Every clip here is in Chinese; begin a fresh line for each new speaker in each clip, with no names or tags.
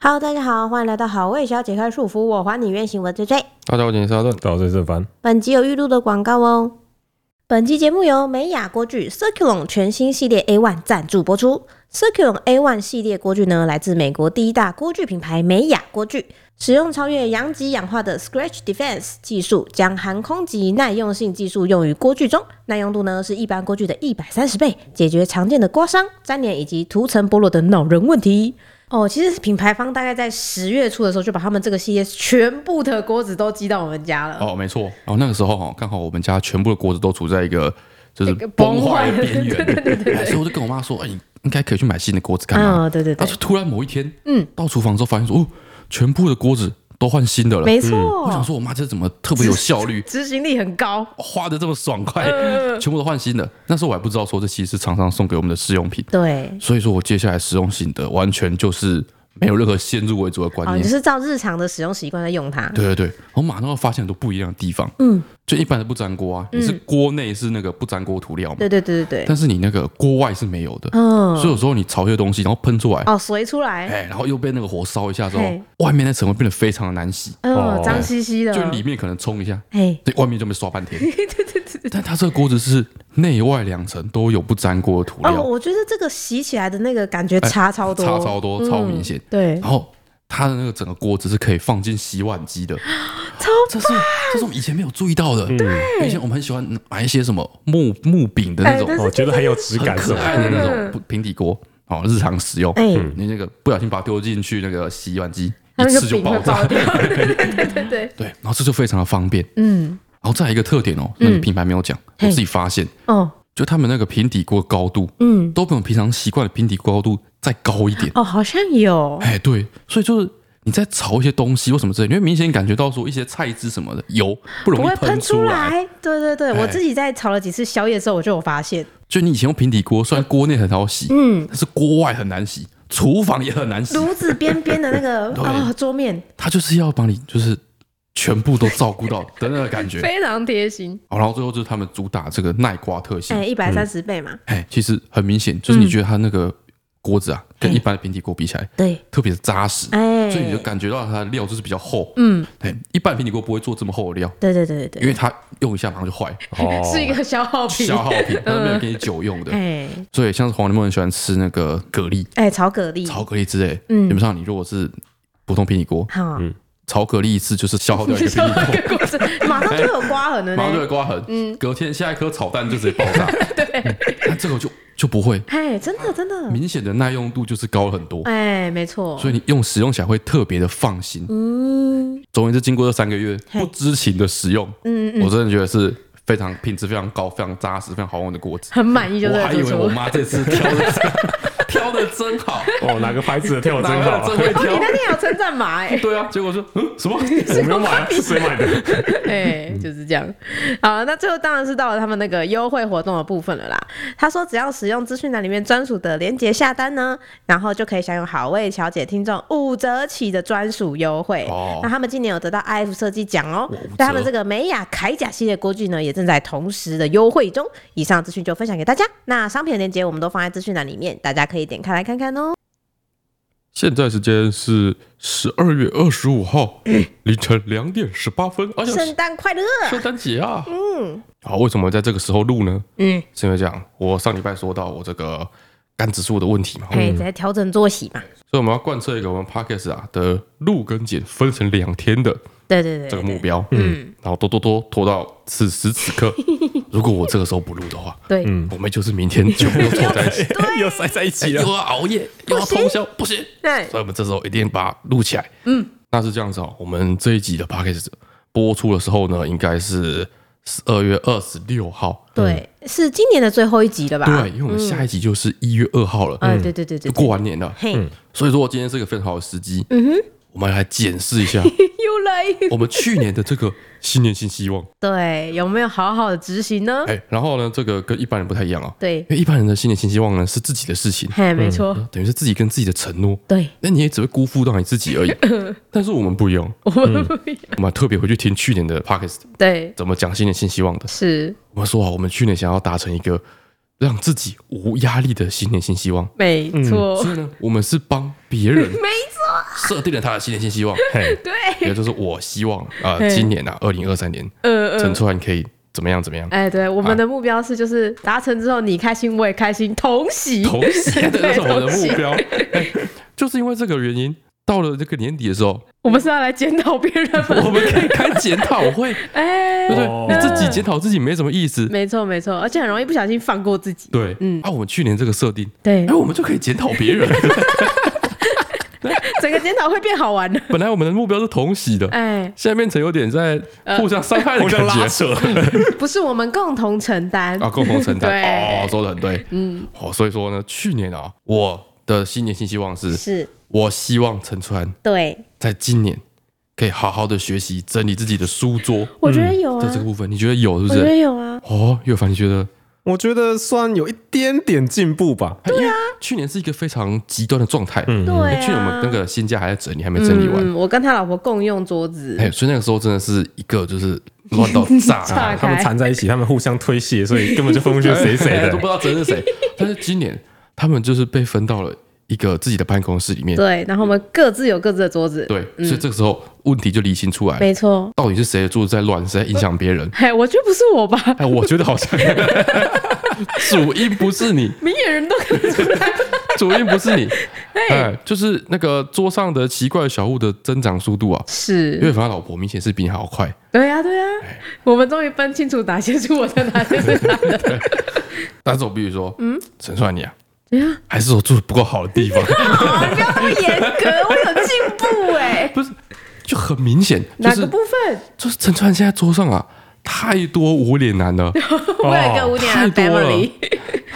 Hello，大家好，欢迎来到好味小姐开束缚，我还你原形，我追追。
大家好，我是阿顿。
到最正番，
本集有预录的广告哦。本期节目由美雅锅具 Circulon 全新系列 A One 赞助播出。Circulon A One 系列锅具呢，来自美国第一大锅具品牌美雅锅具，使用超越阳极氧化的 Scratch Defense 技术，将含空及耐用性技术用于锅具中。耐用度呢是一般锅具的一百三十倍，解决常见的刮伤、粘连以及涂层剥落等恼人问题。哦，其实品牌方大概在十月初的时候就把他们这个系列全部的锅子都寄到我们家了。
哦，没错。然后那个时候哈，哦刚好我们家全部的锅子都处在一个就是
一个崩
崩
坏
坏
的
的边缘，
对对对对对
所以我就跟我妈说，哎，你应该可以去买新的锅子干嘛？哦
嗯，对对
她
对
说，突然某一天，嗯，到厨房之后发现说，哦，全部的锅子都换新的了。
没错。，
嗯我想说，我妈这怎么特别有效 率
执行力很高。
花的这么爽快，
嗯
全部都换新的。那时候我还不知道说这其实是厂商送给我们的试用品，
对，
所以说我接下来使用心得完全就是没有任何先入为主的观
哦，
念
你就。是照日常的使用习惯在用它。
对对对，我马上会发现很多不一样的地方。嗯，就一般的不粘锅啊，你是锅内是那个不粘锅涂料嘛，
嗯对对对对对，
但是你那个锅外是没有的，
嗯，
所以有时候你炒一些东西，然后喷出来，
哦，随出来，
哎，然后又被那个火烧一下之
嘿
后，外面那层会变得非常的难洗，
嗯，
哦
脏兮兮的，
就里面可能冲一下，
哎，
对，外面就被刷半天。但它这个锅子是内外两层都有不粘锅的涂
哦，
料，
我觉得这个洗起来的那个感觉差超多，嗯
哎差超多，超明显。
对，
然后它的那个整个锅子是可以放进洗碗机的，
超
这是这是我们以前没有注意到的。对以前我们很喜欢买一些什么木木柄的那种
哎但是
我哦觉得很有质
很
感，是
可
吧？
爱的那种不平底锅，哦，日常使用。
哎，
你那个不小心把它丢进去那个洗碗机，
它
嗯一
嗯那个
次就
饼
爆
会
炸。
爆掉，对对对对对，
对，然后这就非常的方便。
嗯，
然后再来一个特点哦，那个品牌没有讲，我
嘿
自己发现，
哦，
就他们那个平底锅的高度
嗯，
都比我们平常习惯的平底锅高度再高一点。
哦，好像有，
哎，对，所以就是你在炒一些东西或什么之类，你会明显感觉到说一些菜汁什么的油
不
不容
会
易喷
出
出来。，
对对对，
哎
我自己在炒了几次宵夜的时候，我就有发现，
就你以前用平底锅，虽然锅内很好洗，
嗯，
但是锅外很难洗，厨房也很难洗，
炉子边边的那个
对
哦桌面
它就是要把你就是全部都照顾到的那个感觉。
非常贴心，
好，然后最后就是他们主打这个耐刮特性
哎，，一百三十倍嘛，
哎，其实很明显，就是你觉得它那个锅子啊，跟一般的平底锅比起来，
嗯对，
特别的扎实，
哎，
所以你就感觉到它的料就是比较厚。
嗯，
哎，一般的平底锅不会做这么厚的料，
对对对对对，
因为它用一下马上就坏，
哦，
是一个消耗品，
消耗品，它是没有给你久用的。
哎
所以像是黄连梦很喜欢吃那个蛤蜊，
哎，炒蛤蜊，
炒蛤蜊之类，
嗯
基本上你如果是普通平底锅，
好，
炒蛤蜊一次嗯就是消耗掉一
你
个
说
平底
那个
锅，
故事，马上就有刮痕了
马上就会
呢，
刮痕，
嗯
隔天下一颗炒蛋就直接爆 炸。对，那这个就就不会，
哎，真的真的，
明显的耐用度就是高很多，
哎，没错，
所以你用使用起来会特别的放心。
嗯
总而言之，经过这三个月
嘿
不知情的使用，
嗯嗯，
我真的觉得是非常品质非常高、非常扎实、非常好用的锅子。
很满意就
我
对
还以
了，
为
做
我
出。
妈这次挑的挑的真好，
哦，哪个牌子的跳的真
哪
好啊
个，真会
哦，你
挑。，
那天有称赞码哎
对啊，结果说嗯什么？
我没有买啊，是谁买的？
哎，
嗯
就是这样。好，那最后当然是到了他们那个优惠活动的部分了啦。他说，只要使用资讯栏里面专属的链接下单呢，然后就可以享有好味小姐听众五折起的专属优惠。
哦
那他们今年有得到 IF 设计奖哦
哇五折，
但他们这个美雅铠甲系列锅具呢，也正在同时的优惠中。以上资讯就分享给大家。那商品的链接我们都放在资讯栏里面，大家可以点开来看看哦。
现在时间是十二月二十五号凌晨两点十八分，而且
圣诞快乐！
圣诞节啊，嗯，好，为什么在这个时候录呢？
嗯，
是因为这样，我上礼拜说到我这个肝指数的问题嘛，
可以直接调整作息嘛。
所以我们要贯彻一个我们 podcast 啊的录跟剪分成两天的
对对对
这
对
个目
对，
标，嗯，然后拖拖拖拖到此时此 刻，如果我这个时候不录的话，
对，
我们就是明天全部都凑在一起，
又塞在一起
又
了。
要熬夜，又要通宵，不行，
对
所以我们这时候一定把它录起来。嗯，那是这样子哦，我们这一集的 podcast 播出的时候呢，应该是十二月二十六号，
对，是今年的最后一集了吧？
嗯对，因为我们下一集就是一月嗯二号了，
嗯，对对对对
就
对，
过嗯完年了，
嘿，
所以说今天是一个非常好的时机。嗯哼，我们来检视 一 下
又来一个，
我们去年的这个新年新希望。
对，有没有好好的执行呢？
哎，然后呢，这个跟一般人不太一样哦，
对
因，为一般人的新年新希望呢是自己的事情，
嘿，没错，
等于是自己跟自己的承诺。
对，
那你也只会辜负到你自 己而已。但是我们不一 样，
我们不一样，
我们还特别回去听去年的 podcast
对，
怎么讲新年新希望的。
是，
我们说啊，我们去年想要达成一个让自己无压力的新年新希望。
没错，
所以呢，我们是帮别人
哦 没错，
设定了他的新年新希 望，
嘿，
对，
也就是我希望啊、
嘿
呃，今年啊，二零二三年
呃
陈
呃，
川可以怎么样怎么样。
哎，对，我们的目标是就是达成之后你开心我也开心，同喜，
同 喜，
对
这是我们的目
同喜
标、哎就是因为这个原因，到了这个年底的 时候，
我们是要来检讨别人 吗？
我们可以开检讨 会，
哎
对不，对？
哦
你自己检讨自己没什么意思，
没错没错，而且很容易不小心放过自己。
对，
嗯
啊，我们去年这个设定，
对
哎，，我们就可以检讨 别人。
整个检讨会变好玩的。
本来我们的目标是同喜的，
哎，
现在变成有点在互
呃
相伤害的
互相
感
拉
觉
扯，
不是我们共同承担
啊，共同承
对
担。哦，说的很对，嗯，哦，所以说呢，去年啊，我的新年新希望是，
是
我希望陈川
对，
在今年可以好好的学习整理自己的书桌。
我觉得有啊
嗯在，这个部分，你觉得有是
我
不
觉得
是？
有啊，
哦，岳凡，你觉得？
我觉得算有一点点进步吧。
对啊，去年是一个非常极端的状态。嗯，
对啊，
去年我们那个新家还在整理，还没整理完。
嗯嗯我跟他老婆共用桌子，
哎，所以那个时候真的是一个就是乱到炸，
炸
啊他们缠在一起，他们互相推卸，所以根本就分不清谁谁
都
的
不知。道责任 是谁。但是今年他们就是被分到了一个自己的办公室里面，
对，然后我们各自有各自的桌子，
对，所以这个时候问题就理清出来了，
没错。
到底是谁的桌子在乱， 谁在影响别人？
嘿，我觉得不是我吧，
哎，我觉得好 像主因不是你，
明眼人都 看得出来。
主因不 是你，哎，就是那个桌上的奇怪的小物的增长速度啊，因
是，
为反正老婆明显是比你还要快。
对呀、对呀、啊我们终于分清楚哪些是我的，哪些是 他的。
但是我必须说，嗯，陈帅你啊，
对呀、
还是我住的不够好的地方，
啊，不要那么严格，我有进步哎、
不是，就很明显，就
哪个
是
部分？
就是陈川现在桌上啊，太多无脸男 了，
我有一个
哦
五啊点
太
的
多了
family，。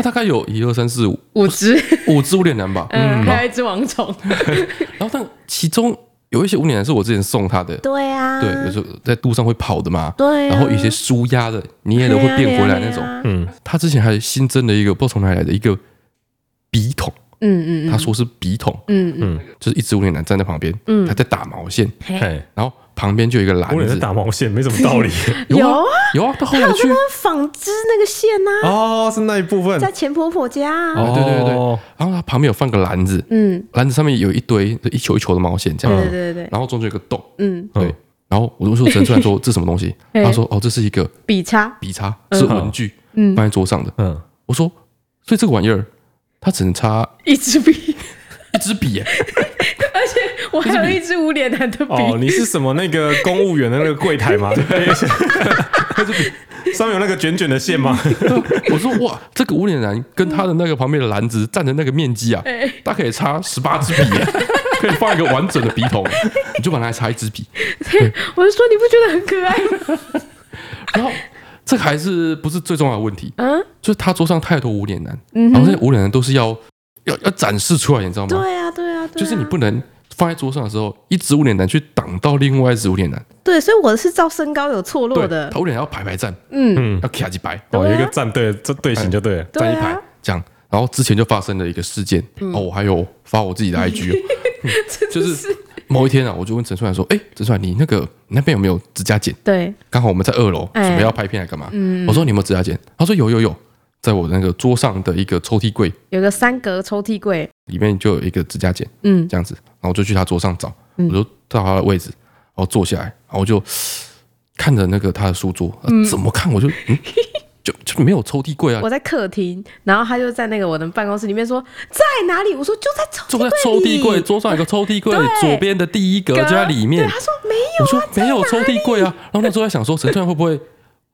他大概有一二三四五
五只，
五只无脸男吧，
嗯，
嗯，
还有一只王虫。
然后但其中有一些无脸男是我之前送他的，
对啊，
对，有时候在路上会跑的嘛，
对啊
然后有些舒压的捏的会变回来那
对
种
啊。
嗯，他之前还新增了一个不知道从哪里来的一个笔筒，
嗯嗯
他说是笔筒，
嗯嗯，
就是一只无脸男站在旁边，他在打毛线，
嘿，
嘿，
然后旁边就有一个篮
我也在
子，
打毛线，没什么道理。
有
啊
啊
有啊，他后
还
来
有
去
跟他，们纺织那个线啊呐、
哦，是那一部分
在。钱婆婆家、啊。
嗯哦对对对对
哦
然后他旁边有放个篮子，
嗯，
篮子上面有一堆就一球一球的毛线这
对
样
对
子，
对对，对
然后中间有个洞，
嗯，
对，然后我就说陈出来说这什么东西，
嘿
他说哦这是一个
笔叉，
笔叉，是文具，放在桌上的。
嗯，
我说所以这个玩意儿它只能插
一支笔，
一支笔耶，
我还有一支无脸 男的笔。
哦，你是什么那个公务员的那个柜台 吗？ 上面有那个卷卷的线 吗？
啊
我说哇这个无脸男跟他的那个旁边的篮子占的那个面积啊，
哎，
它可以插十八支笔耶，可以放一个完整的笔筒，你就把它来插一支笔，
我是说你不觉得很可爱吗？
然后。这个还是不是最重要的问题？
嗯，
就是他桌上太多无脸男，然后这些无脸男都是要要要展示出来，你知道吗？
对啊，对啊，对啊
就是你不能放在桌上的时候，一只无脸男去挡到另外一只无脸男，
对，所以我是照身高有错落
对，
的。
头脸要排排站，
嗯，
要卡几排
对啊
哦，有一个站队这队形就对 了。
对
站一排
啊，嗯
这样。然后之前就发生了一个事件，哦，我还有发我 自己的 IG，哦嗯就是某一天啊，我就问陈帅说，哎，陈帅，你那个你那边有没有指甲剪？
对，
刚好我们在二楼
哎嗯
准备要拍片来干嘛？我说你有没有指甲剪？他说有有有，在我的那个桌上的一个抽屉柜
有个三格抽屉柜，
里面就有一个指甲剪，
嗯，
这样子，然后我就去他桌上找，我就到他的位置，然后坐下来，然后我就看着那个他的书桌，呃怎么看我就嗯，就就没有抽屉柜啊，
我在客厅，然后他就在那个我的办公室里面说在哪里？我说就在抽
就
屉
在
柜
抽屉柜
里
桌上有个抽屉柜
对，
左边的第一格就在里面
对，他说没
我
有，
说没有抽屉柜啊，然后那时候在想说陈川会不会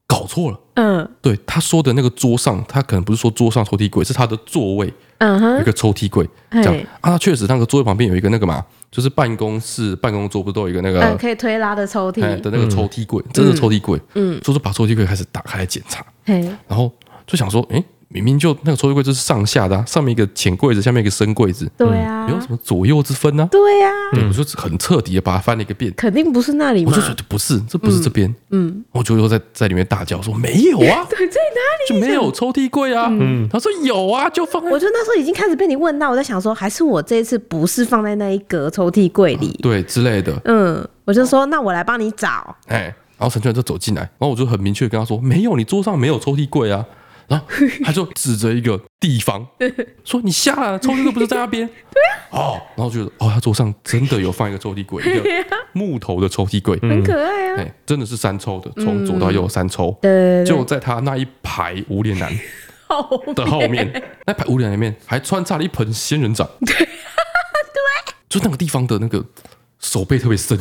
搞错了？
嗯
对他说的那个桌上，他可能不是说桌上抽屉柜，是他的座位
嗯
有一
哼，
个抽屉柜
嘿
这样啊，他确实那个座位旁边有一个那个嘛，就是办公室办公桌不都有一个那个
嗯，可以推拉的抽
呃哎
屉，
的那个抽屉柜，真的是抽屉柜，嗯，所以说把抽屉柜开始打开来检查，
嘿，
然后就想说，哎，明明就那个抽屉柜就是上下的、啊，上面一个浅柜子，下面一个深柜子，
对啊
没，嗯有什么左右之分呢、
对啊，
对，我就很彻底的把它翻了一个遍，
肯定不是那里
我
嘛
就，觉得不是，这不是这边，嗯，我就又在在里面大叫说没有啊，
对， 在哪
就没有抽屉柜啊，他说有啊，就放在
里？ 我就那时候已经开始被你问到，我在想说，还是我这一次不是放在那一格抽屉柜里，
啊对之类的，
嗯，我就说那我来帮你找，
哎，然后陈俊就走进来，然后我就很明确地跟他说，没有，你桌上没有抽屉柜啊。然后他就指着一个地方说：“你瞎了，抽屉柜不是在那边？” 对哦，然后就哦，他桌上真的有放一个抽屉柜，一个木头的抽屉柜，
很可爱啊。
哎，真的是三抽的，从左到右三抽，
对对对，
就在他那一排无脸男
好
的 后面，那排无脸里面还穿插了一盆仙人掌，对，啊就那个地方的那个手背特别深，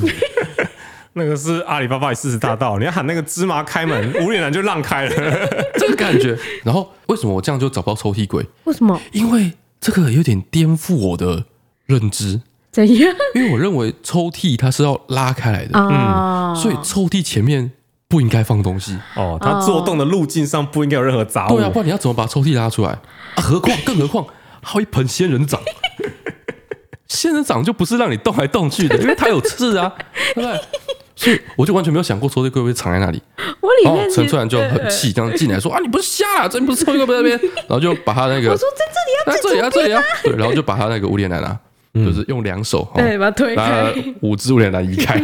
那个是阿里巴巴与四十大盗，你要喊那个芝麻 开门，无脸男就让开了。
这个感觉。然后为什么我这样就找不到抽屉鬼？
为什么？
因为这个有点颠覆我的认知，
怎样
因为我认为抽屉它是要拉开来的，
啊？
嗯所以抽屉前面不应该放东西。
哦， 他做动的路径上不应该有任何杂物
对。
哦
啊，不然你要怎么把抽屉拉出来？啊，何况更何况还有一盆仙人掌， 仙人掌就不是让你动来动去的，因为它有刺啊，对不对？所以我就完全没有想过抽屉柜会藏在那里。
我里
然后
面
哦陈翠兰就很气，这样进来说：“啊，你不是瞎了？这不是抽屉柜不在 那边？”然后就把他那个
我说在 这
啊
里要
这里啊这里啊， 对，然后就把他那个无脸男啊，就是用两手哦
对把它推开
把五只无脸男移 开，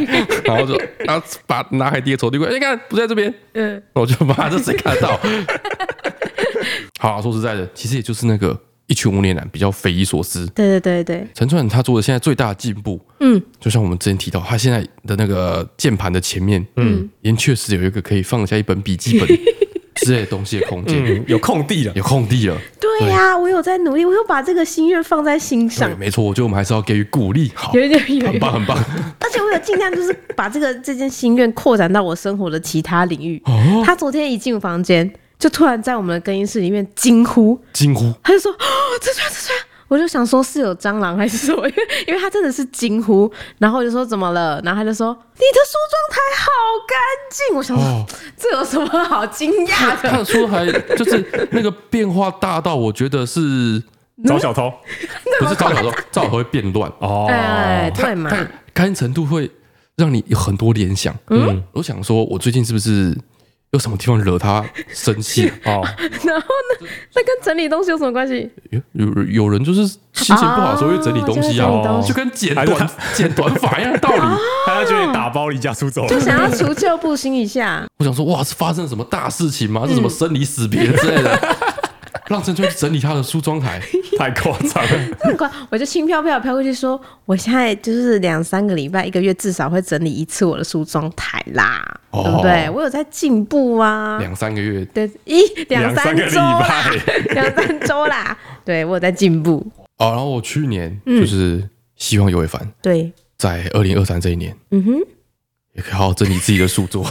然后就然后把拿海爹抽屉柜，哎你看不在这边，
嗯，
我就把这谁看得到？ 好、说实在的，其实也就是那个一群无脸男比较匪夷所思。
对对对对，
陈川他做的现在最大的进步，
嗯，
就像我们之前提到，他现在的那个键盘的前面，嗯，也确实有一个可以放下一本笔记本之类的东西的空间，
嗯，有空地了。
有空地了。
对呀、我有在努力，我有把这个心愿放在心上
对，，没错，我觉得我们还是要给予鼓励，好，
有一点有一
很
点，
棒，很棒。
而且我有尽量就是把这个这件心愿扩展到我生活的其他领域。
哦，
他昨天一进房间，就突然在我们的更衣室里面惊呼，
惊 呼，
他就说：“ 哦，这串这串。”我就想说是有蟑螂还是什么，因 为因为他真的是惊呼，然后我就说怎么了，然后他就说你的梳妆台好干净，我想说、
哦
这有什么好惊讶的？
看得出还就是那个变化大到我觉得是
嗯
找小偷
不是招小 说，嗯招小会变乱。
哦，
哎，对嘛，
它干净程度会让你有很多联想。嗯，我想说，我最近是不是有什么地方惹他生气？
哦，
然后呢，那跟整理东西有什么关系？
有有有人就是心情不好的时候会整理东西啊，
哦
就会整理东西
就跟剪
还是
短剪短发一样的道理。
他就觉得你打包离家出走
就
了。
想要除旧布新一下，
我想说，哇，是发生了什么大事情吗？是什么生离死别之类的？让陈川去整理他的梳妆台，
太夸张了。
很快我就轻飘飘地飘过去说，我现在就是两三个礼拜、一个月至少会整理一次我的梳妆台啦，
哦
对不对？我有在进步啊，
两三个月
对，一 两啊
三个
周啦，
礼
两三周啦，对我有在进步，
哦。然后我去年
嗯
就是希望尤伟凡
对，
在二零二三这一年
嗯哼，
也可以好好整理自己的书 桌。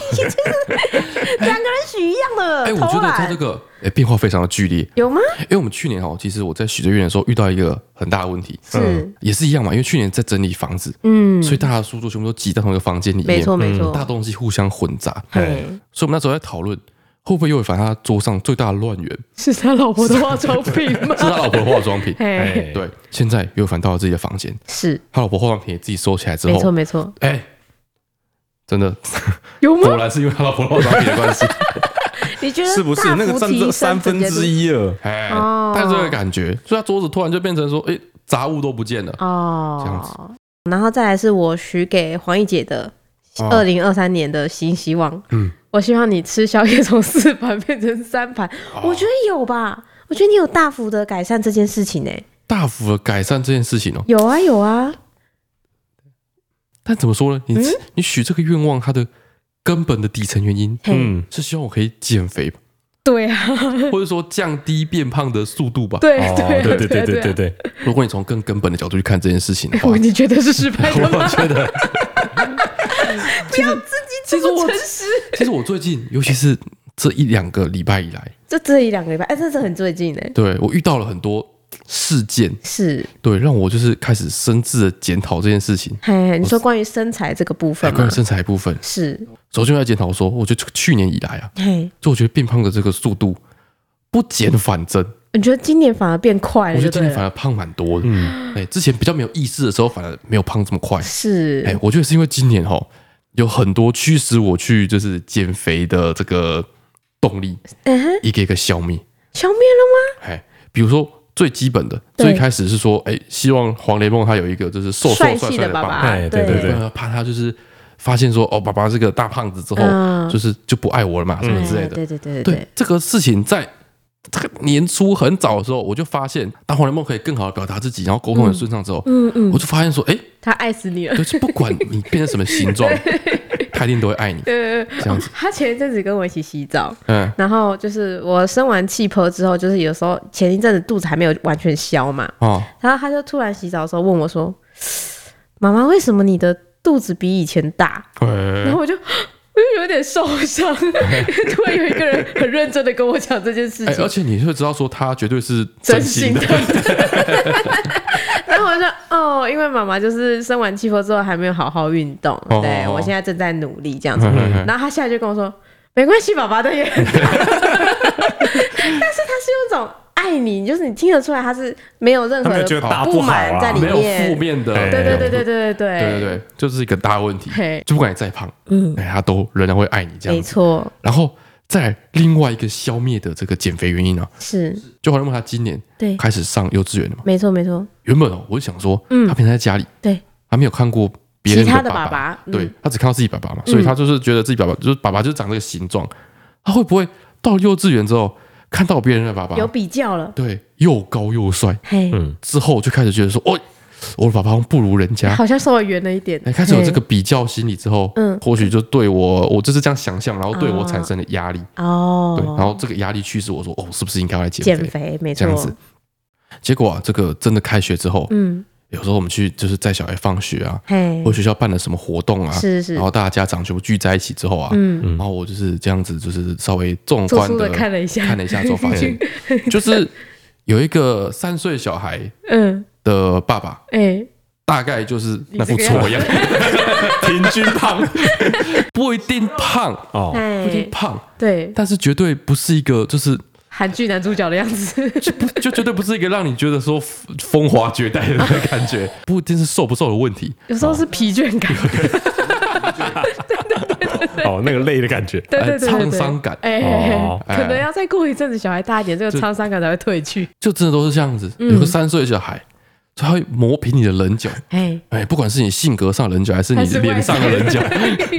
两个人许一样的，
哎，我觉
偷
得他
懒
这个哎变化非常的剧烈。
有吗？
因为我们去年哦，其实我在许着愿的时候遇到一个很大的问题，嗯
是，
也是一样嘛，因为去年在整理房子，
嗯，
所以大家的书桌全部都挤到同一个房间里面，
没错没
嗯大
错，
哎东西互相混杂，
对，
所以我们那时候在讨论。会不会又会反他桌上最大的乱源
是他老婆的化妆品吗？
是？他老婆的化妆品
嘿，
哎，
对，现在又反到了自己的房间，
是
他老婆化妆品也自己收起来之
没错
后，
没错，
哎，真的
有吗
果？然是因为他老婆的化妆品的 关系，
你觉得
是不是
大
那
幅
个占
提
这
升
三分
整洁度
之一了？
哎
哦，
但这个感觉，所以他桌子突然就变成说，哎，杂物都不见了，
哦，
这样子
然后再来是我许给黄奕姐的
哦
二零二三年的新希望，
嗯，
我希望你吃宵夜从四盘变成三盘，
哦
我觉得有吧，我觉得你有大幅的改善这件事情呢、欸
大幅的改善这件事情哦。
有啊有啊，
但怎么说呢？你、
嗯
你许这个愿望，它的根本的底层原因
嘿，
嗯，
是希望我可以减肥，
对啊，
或者说降低变胖的速度吧。
对
哦，
对
对
对
对对对对
对，
对，
如果你从更根本的角度去看这件事情的话
我，你觉得是失败 的吗？
觉得不要自己其实我
诚实，
其实我最近，尤其是这一两个礼拜以来，
这这一两个礼拜，哎，这是很最近呢、
对我遇到了很多事件，
是，
对，让我就是开始深自的检讨这件事情。
嘿，你说关于身材这个部分
哎关
吗
于？身材部分，
是，
首先我要检讨说，我觉得去年以来啊，
嘿，
就我觉得变胖的这个速度不减反增。
你觉得今年反而变快
我
了，
觉
就
得今
对
年反
了，
而胖蛮多的。嗯，哎、之前比较没有意识的时候，反而没有胖这么快。
是，
哎、我觉得是因为今年哈有很多驱使我去就是减肥的这个动力，
嗯哼，
一个一个消灭。
消灭了
哎、比如说最基本的，
对
最开始是说，哎、希望黄雷梦他有一个就是瘦
吗？
瘦帅帅
气的爸
爸，
爸，
哎对
对，怕他就是发现说，哦，爸爸是个大胖子之后，
嗯
哦
哎
就是就不爱我了嘛，什么之类的。
对对对对
对
对，
这个事情在这个年初很早的时候，我就发现当黄连梦可以更好的表达自己，然后沟通很顺畅之后，
嗯嗯，
我就发现说，哎、
他爱死你了。
就是不管你变成什么形状，他一定都会爱你。
对对
这样子
哦他前一阵子跟我一起洗澡，
嗯
然后就是我生完气泡之后，就是有时候前一阵子肚子还没有完全消嘛，
哦，
然后他就突然洗澡的时候问我说：“妈妈，为什么你的肚子比以前大？”然
呃
后我就 我就有点受伤， 突然有一个人很认真的跟我讲这件事
哎、
情
而，且你会知道说他绝对是
真
真心的，
的。然后我就哦，因为妈妈就是生完气泡之后还没有好好运动，
哦
对我现在正在努力这样子。
嗯嗯嗯
然后他下来就跟我说：“没关系，爸爸的也很大。”但是他是用一种爱你，就是你听得出来他是没有任何
他没有觉
的
得大
不
不好啊
满在里
没有
面
负。面的，
哎
对对对对对对对
对对对，就是一个大问题
嘿。
就不管你再胖，
嗯，
哎，他都仍然会爱你这
没
样子。
错，
然后再来另外一个消灭的这个减肥原因呢、啊，
是
就好像他今年
对，
开始上幼稚园了嘛。
没错没错，
原本哦，我就想说，
嗯
他平常在家里，
对，
他没有看过别人
其他的
爸
爸爸嗯
对他只看到自己爸爸嘛，所以他就是觉得自己爸爸就是爸爸就是长这个形状。他会不会到幼稚园之后看到别人的爸爸，
有比较了，
对，又高又帅，
嘿，
之后就开始觉得说，哦，我的爸爸好像不如人家，
好像稍微圆了一点
哎，。开始有这个比较心理之后，
嗯
或许就对我，我就是这样想象，然后对我产生了压力，
嘿哦，
对，然后这个压力驱使我说，哦，是不是应该要来减
减
肥？
肥没
这
错
样，子，结果啊，这个真的开学之后，
嗯，
有时候我们去就是载小孩放学啊，
嘿
或，学校办了什么活动啊，
是是
然后大家家长全部聚在一起之后啊，
嗯，
然后我就是这样子，就是稍微纵
做
观
出
的
的看了一下，
看了一下之 后，发现就是有一个三岁小孩
嗯，
的爸爸，
哎，
大概就是那副
你这个
丑样，
平均胖
不一定胖，
哦，
不一
哎
定，胖，
对，
但是绝对不是一个就是
韩剧男主角的样子，
就不就绝对不是一个让你觉得说风华绝代的那个 感觉，不一定是瘦不瘦的问题，
有时候是疲倦感，
哦，那个累的感 觉，
对对对对对，
沧桑哎感
哎哎，
哦
哎可能要再过一阵子，小孩大一点，这个
就
沧桑感才会褪去，
就真的都是这样子。
嗯
有个三岁的小孩，他会磨平你的棱角，
哎，
哎，不管是你性格上的棱角，还是你
还是
脸上的棱角，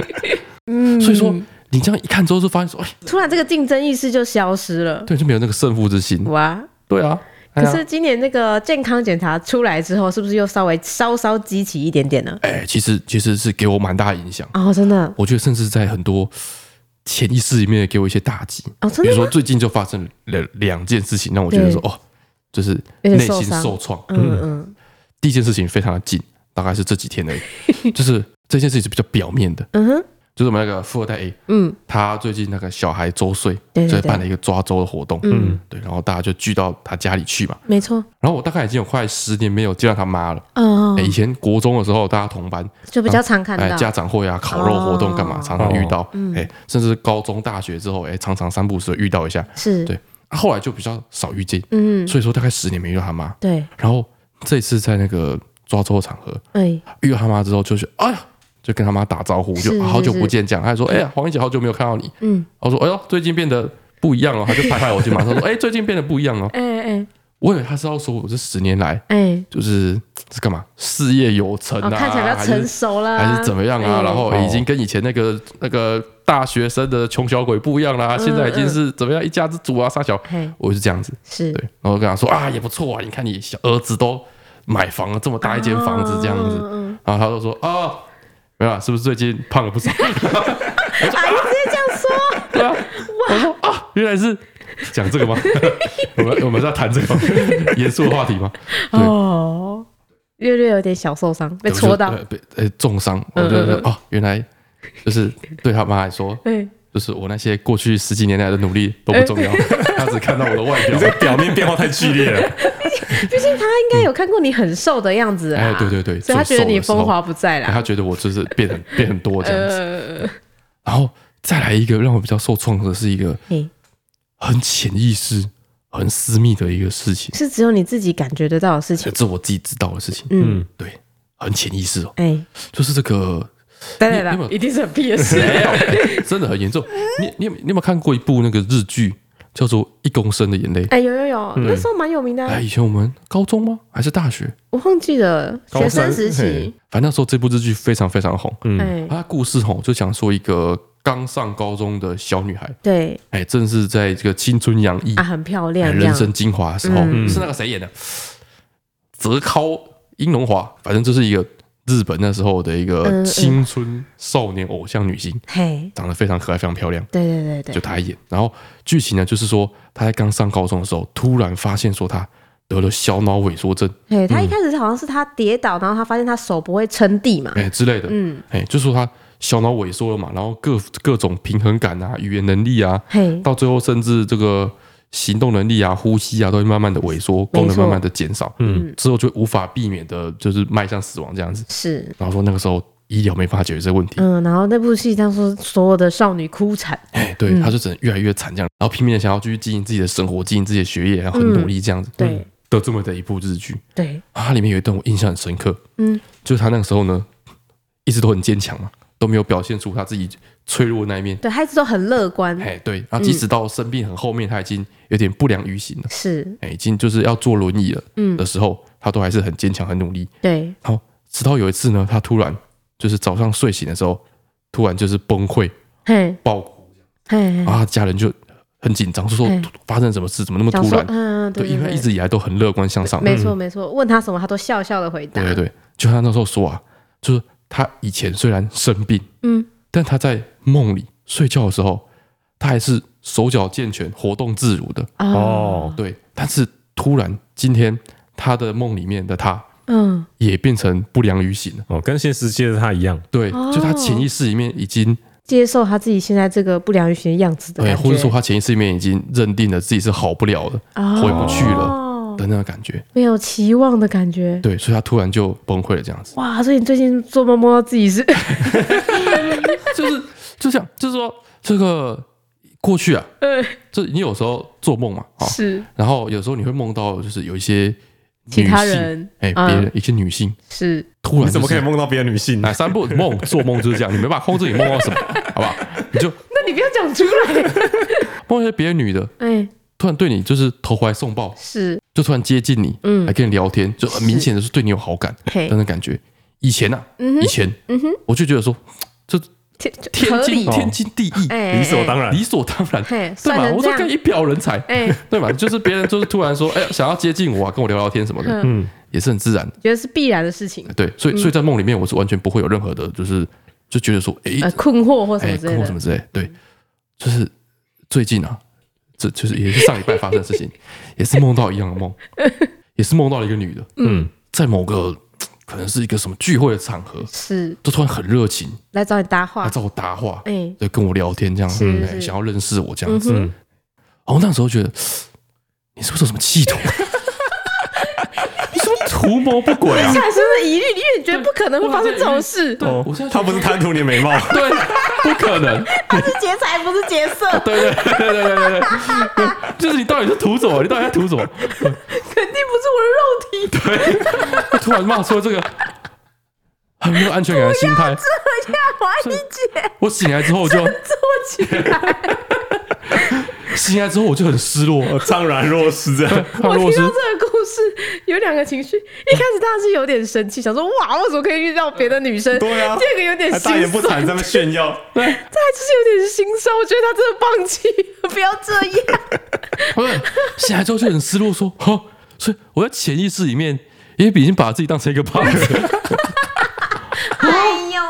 嗯，
所以说你这样一看之后，就发现说，哎，
突然这个竞争意识就消失了，
对，就没有那个胜负之心。
哇。
对啊，哎
可
呀
是今年那个健康检查出来之后，是不是又稍微稍稍激起一点点呢？
哎，其实其实是给我蛮大的影响，
哦，真的，
我觉得甚至在很多。潜意识里面给我一些打击，
哦，真
比如
的吗，
说最近就发生了两件事情，让我觉得说
对
哦，就是
有
内
点受
心
伤
受创。
嗯嗯
第一件事情非常的近，大概是这几天而 已，就是这件事情是比较表面的，
嗯哼，
就是我们那个富二代 A，
嗯
他最近那个小孩周岁，
对对
所以
对
办了一个抓周的活动，
嗯，
对，然后大家就聚到他家里去嘛。
没错，
然后我大概已经有快十年没有见到他妈了。
嗯，
哎以前国中的时候，大家同班，
就比较常看
哎，
到，
家长会啊、烤肉活动干嘛，
哦
常常遇到。哎，甚至高中、大学之后，哎，常常三不五时遇到一下。
是，
对，啊后来就比较少遇见，
嗯，
所以说大概十年没遇到他妈。
对，
然后这次在那个抓周的场合，
哎，
遇到他妈之后，就是哎呀，就跟他妈打招呼，
是
就是好久
是
不见这样。他说：“哎呀，黄英姐，好久没有看到你。”
嗯，
我说：“哎呦，最近变得不一样了。”他就拍拍我肩膀，他说：“哎，最近变得不一样了。
哎哎”
我以为他是要说我这十年来
哎，
就是是干嘛事业有成
哦，
啊，
看起来比较
还是
成熟啦，
还是怎么样啊？
哎
然后已经跟以前那个那个大学生的穷小鬼不一样啦，
嗯
现在已经是怎么样一家之主啊，傻小。
嘿，
我是这样子，
是
对，，然后跟他说啊，也不错啊，你看你小儿子都买房了，这么大一间房子这样子，
嗯嗯
然后他就说哦，没有、啊，是不是最近胖了不少？
嗯阿姨直接这样说，
对啊，我说啊，原来是讲这个吗？ 我们我们在谈这个吗 严肃的话题吗？对
哦，略略有点小受伤，被
对
戳到
我，就呃被呃重伤，我
嗯
就觉得
嗯
哦，原来就是对他妈来说，
哎，
就是我那些过去十几年来的努力都不重
嗯
要， 他只看到我的外
你
表
这。个表面变化太剧烈了，
毕竟他应该有看过你很瘦的样子啊
哎，，对对对，
所以他觉得
最瘦的
你
时候
风华不再啦，
他嗯觉得我就是变很变很多这样子。
呃，
然后再来一个让我比较受创的是一个
嘿，
很潜意识、很私密的一个事情，
是只有你自己感觉得到的事情，
这我自己知道的事情。
嗯，
对，很潜意识哦，
哎，
就是这个
当然
你有没
啦，
有
一定是很屁的 事，
没有、哎真的很严重。你你有你有没有看过一部那个日剧叫做《一公升的眼泪》？
哎，有有有，那时候蛮有名的啊
哎，，以前我们高中吗？还是大学？
我忘记了，
高
学
三
生时期，
反正那时候这部日剧非常非常红。
嗯
哎，
它的故事吼就讲说一个刚上高中的小女孩，
对
哎，正是在这个青春洋溢、
啊，很漂
哎
亮，这
人
样
生精华的时候，
嗯
是那个谁演的？泽尻英龙华，反正就是一个日本那时候的一
嗯
个
嗯
青春少年偶像女星，
嘿，
长得非常可爱，非常漂亮。
对对对对，
就他演。然后剧情呢，就是说他在刚上高中的时候，突然发现说他得了小脑萎缩症，
嘿，他一开始好像是他跌倒，然后他发现他手不会撑地嘛，
哎、之类的，
嗯，
哎、就说他小脑萎缩了嘛，然后各各种平衡感啊、语言能力啊，
嘿，
到最后甚至这个行动能力啊、呼吸啊，都会慢慢的萎缩，功能慢慢的减少，
嗯，
之后就无法避免的，就是迈向死亡这样子。
是。
然后说那个时候医疗没办法解决这个问题，
嗯，然后那部戏当时所有的少女哭惨，
哎，对，
嗯
他就只能越来越惨这样，然后拼命的想要继续经营自己的生活、经营自己的学业，然后很努力这样子，
对
嗯，的这么的一部日剧，
对，
啊，它里面有一段我印象很深刻，
嗯，
就是他那个时候呢，一直都很坚强嘛，都没有表现出他自己脆弱的那一面。
对，他一直都很乐观，
哎，对，啊，
嗯
即使到生病很后面，他已经有点不良于行了，
是，
哎，已经就是要坐轮椅了
嗯，
的时候，他都还是很坚强、很努力。
对，
然后直到有一次呢，他突然就是早上睡醒的时候，突然就是崩溃
嘿，
爆哭，
嘿，
然后他家人就很紧张，就说
嗯
发生什么事，怎么那么
想
突
说
然？
嗯，对，
对，因为他一直以来都很乐观向上，
没错没错，问他什么他都笑笑的回答，
对对对，就他那时候说啊，就是他以前虽然生病，
嗯，
但他在梦里睡觉的时候，他还是手脚健全、活动自如的。
哦，
对，但是突然今天他的梦里面的他
嗯，
也变成不良于行了。
哦，跟现实界的他一样，
对，
哦
就他潜意识里面已经，
接受他自己现在这个不良于行的样子的
对，
感觉，
或者说他潜意识里面已经认定了自己是好不了的
哦
回不去
了
的那个感觉。
没有期望的感觉。
对，所以他突然就崩溃了，这 样子，
哇，所以你最近做梦梦到自己 是
就是就这样，就是说这个过去啊，这你有时候做梦嘛，啊、
是
然后有时候你会梦到，就是有一些
其他
女性，
人
哎，
嗯
别人一些女性
是
突然
你怎么
就
可
是
以？梦到别的女性呢
哪？三不梦做梦就是这样，你没办法控制你梦到什么，好不好？你就
那你不要讲出来。
梦到一些别的女的
哎，
突然对你就是投怀送抱，
是
就突然接近你，
嗯
还跟你聊天，就呃很明显的是对你有好感
嘿
的那感觉。以前呐、啊，
嗯哼
以前，
嗯哼，
我就觉得说这
天
天
合
经
理，
天经地义，
哎，
理所当
然，
然
理，所当然，
嘿，
对
算
吧？
成
我
这
说跟
样，
一表人才，
哎，
对吧？就是别人就是突然说，哎呀，想要接近我啊，跟我聊聊天什么的，
嗯，
也是很自然的。
觉得是必然的事情，
对，所以所以在梦里面，我是完全不会有任何的，就是就觉得说，诶，
呃，困惑或什
哎，
么之类
跟我
的嗯
什。么之类，对，就是最近啊，这就是也是上礼拜发生的 事情，也是梦到一样的梦，也是梦到了一个女的，
嗯，
在某个可能是一个什么聚会的场合，
是
就突然很热情
来找你搭话
来，找我搭话，
哎，
对，跟我聊天这样，
是
嗯
是
哎想要认识我这样
嗯
子。
哼，
然后那时候觉得，你是不是有什么企 图？你是不是图谋不轨 啊？
产生了疑虑，你也觉得不可能会发生这种事，
对，我现在觉
哦他
得
不是贪图你的美 貌，
对， 不可能。
他是劫财，不是劫色，
对对对对对对对， 就是你到底是图什么？你到底在图什么？
肯定不是我的肉体。
对，突然冒出这个很没有安全感的心 态。
怀疑姐
我醒来之后就
坐起来，
醒来之后我就很失落，
我怅哦然若失这 样。
帕
我
洛
听
斯
到这个故事有两个情绪，一开始当然是有点生气，想说哇，为什么可以遇到别的女生？
对啊
第二个有点
还
心
大
酸，
言不惭在那边炫耀，
再来就是有点心酸，我觉得他真的放弃了，不要这 样。
不是醒来之后就很失落，说 哈，所以我在潜意识里面也已经把自己当成一个胖子。
哎呦，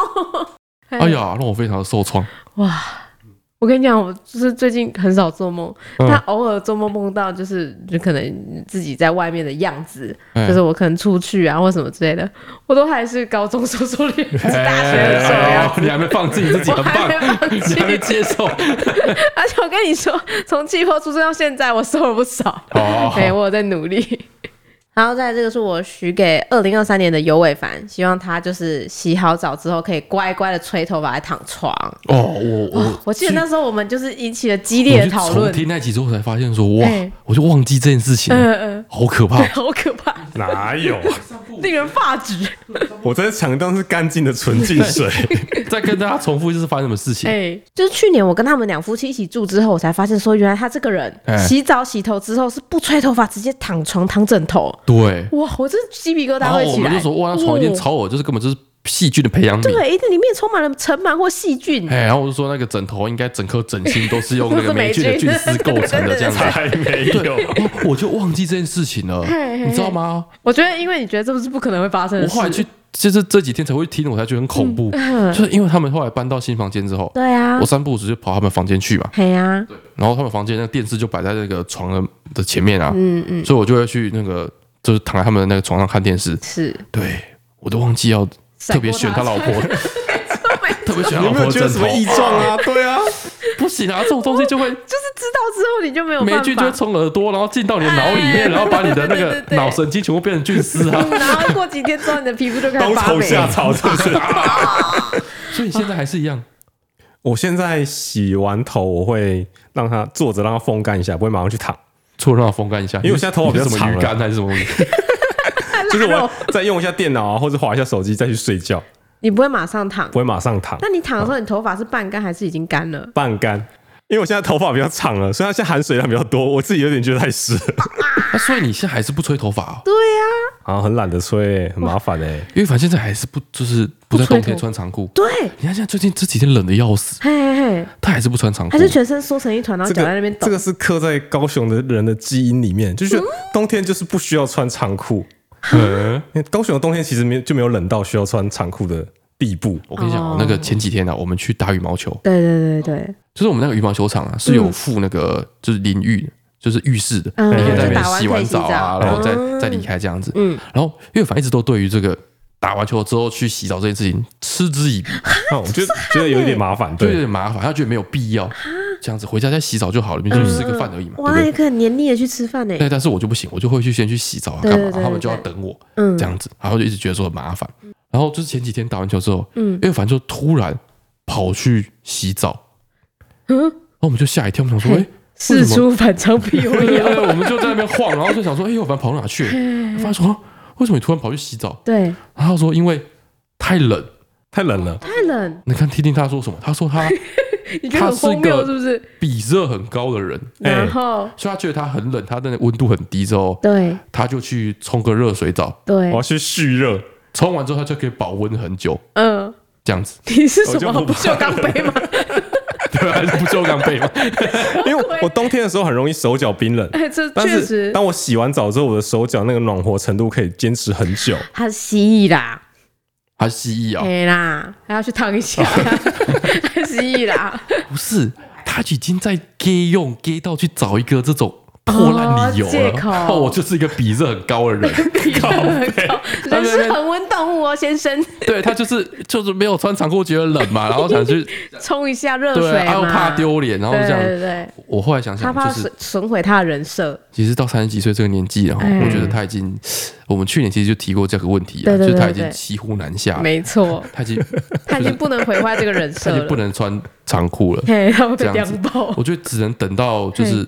哎，呀，让我非常的受创。
哇！我跟你讲，我就是最近很少做梦，
嗯
但偶尔做梦梦到就是就可能自己在外面的样子，
哎
就是我可能出去啊或什么之类的，我都还是高中收收率， 是大学的时候的啊样子
哎你还没放弃你自己，很棒
我还没放，弃
你还没接受。
而且我跟你说，从气泡出生到现在，我瘦了不少，
哦
哎、我有在努力。然后再来这个是我许给二零二三年的尤伟凡，希望他就是洗好澡之后可以乖乖的吹头发来躺床。
哦，我我
我记得那时候我们就是引起了激烈
我
的
去
讨
重
论，
听那集之后才发现说，哇
哎，
我就忘记这件事情了，
嗯嗯，
好可怕。
好可怕，
哪有啊？
令人发指。
我在强调是干净的纯净水，
再跟大家重复一次发生什么事情
哎、。就是去年我跟他们两夫妻一起住之后，我才发现说，原来他这个人
哎
洗澡洗头之后是不吹头发，直接躺床躺枕头。
对，
哇，我这鸡皮疙
然
瘩
后
会
我
起来。
们就说，哇，那床一定
哦
超恶，就是根本就是细菌的培养皿。
哎
对，一定里面充满了尘螨或细菌。
哎，然后我就说那个枕头应该整颗枕芯都 是用那
都
个
是
霉
霉
菌的
菌
菌丝构成的这样子。
才没有。
我 我就忘记这件事情了，
嘿嘿
你知道吗？
我觉得，因为你觉得这不是不可能会发生
我
的事，嗯
后来去，就是这几天才会听，我才觉得很恐怖，就是因为他们后来搬到新房间之后，
对啊
我，三不五时就跑他们房间去嘛，
嘿
啊
呀，
然后他们房间那个电视就摆在那个床的的前面啊，
嗯嗯，
所以我就会去那个就是躺在他们的那个床上看电视，
是
对我都忘记要特别选他老婆， 特别选
有
他
没
老
有
婆的
觉得
枕
什
头
么，异状啊？对 啊，
不行啊，这种东西就会
就是知道之后你就没有
霉
办
菌就会
法，
从耳朵，然后进到你的脑里
哎
面，然后把你的那
对对
个
对对
脑神经全部变成菌丝啊。
嗯然后过几天之后你的皮肤就开
冬
始 发
虫
霉。
夏草是不 是？
所以现在还是一样，
我现在洗完头，我会让它坐着，让它风干一下，不会马上去 躺。
除了让它风干一下，
因为我现在头发比较
你是什么
长
鱼
了
竿还是什么东西？
就是我再用一下电脑啊，或者划一下手机再去睡觉，
你不会马上躺
不，会马上躺，
那你躺的时候，你头发是半干还是已经干了？
半干。因为我现在头发比较长了，所以它现在含水量比较多，我自己有点觉得太湿 了，
啊所以你现在还是不吹头发哦，
啊，很懒得吹、很麻烦哎、
因为反正现在还是不就是不
不吹
在冬天
头
穿长裤。
对，
你看现在最近这几天冷的要死，
嘿嘿嘿，
他还是不穿长裤
还。是全身缩成一团，嗯然后
这
脚在那
个
边抖嗯
这。个是刻在高雄的人的基因里面，就是冬天就是不需要穿长裤，
哦
嗯，
因为高雄的冬天其实没有就没有冷到需要穿长裤的地步。
我跟你讲哦，那个前几天啊，我们去打羽毛球，
对对对对，
就是我们那个羽毛球场啊是有附那个就是淋浴，就是浴室的，
嗯
你可以在那
就
边
打完
洗
可以
完
洗
澡啊，
澡
然后再
嗯
再离开这样子。
嗯，
然后岳凡一直都对于这个打完球之后去洗澡这件事情嗤之以鼻，
那哦我觉得觉得有一点麻烦，
就有
对，
点麻烦，他觉得没有必要这样子，回家再洗澡就好了，你就吃个饭而已嘛，对
嗯哇，
不
那你
对？
可以很黏腻的去吃饭欸呢。
对，但是我就不行，我就会去先去洗澡啊，
对
干嘛？
对对
他们就要
对
等我
嗯
这，样子，然后就一直觉得说很麻烦。然后就是前几天打完球之后，
嗯
岳凡就突然跑去洗澡，
嗯，
然后我们就吓一跳，我们想说，
嘿
哎。
事出反常必有
对对
妖。
对，我们就在那边晃，然后就想说，哎、呦，反正跑哪去了？发现说、啊为什么你突然跑去洗澡？
对，
然后他说因为太冷。
太冷了。
太冷，
你看听听他说什么？他说他
你觉得很荒
他是
谬
个
是不是？
比热很高的人，
哎
然后，
所以他觉得他很冷，他的温度很低之后，
对
他就去冲个热水澡，
对
我要，去蓄热，
冲完之后他就可以保温很久，
嗯，，
这样子
你是什
我就
么
不
不锈钢杯 吗？
对 吧？还是不锈钢 杯吗？
因为我我冬天的时候很容易手脚 冰冷，
哎，这
但
确
是
实
当我洗完澡之后，我的手脚那个暖和程度可以坚持很 久。
它是蜥蜴啦，
他蜥蜴
哦
啊、
哎啦，还要去烫一下， 它蜥蜴啦，
不是，他已经在 gay 用 gay 到去找一个这种破烂理由
哦借口
了。哦，我就是一个比热很高的 人，
人是恒温动物哦，先生，
对他就是就是没有穿长裤觉得冷 嘛，然后想去
冲一下热
对，
水
然后
嘛，
怕丢脸，然后
对
这
对
样。
对，
我后来想
他
想，
怕
就是
损损毁他的人设，
其实到三十几岁这个年纪了哈，然
嗯
后我觉得他已经，我们去年其实就提过这个问题啊，
对
就
对
是他已
对对
经骑虎难下了，
没 错，
他 已经
他已经不能毁坏这个人
啊他
设
已经不
了，
能穿长裤了，
嘿，他会被
这样子
凉爆，
我觉得只能等到就是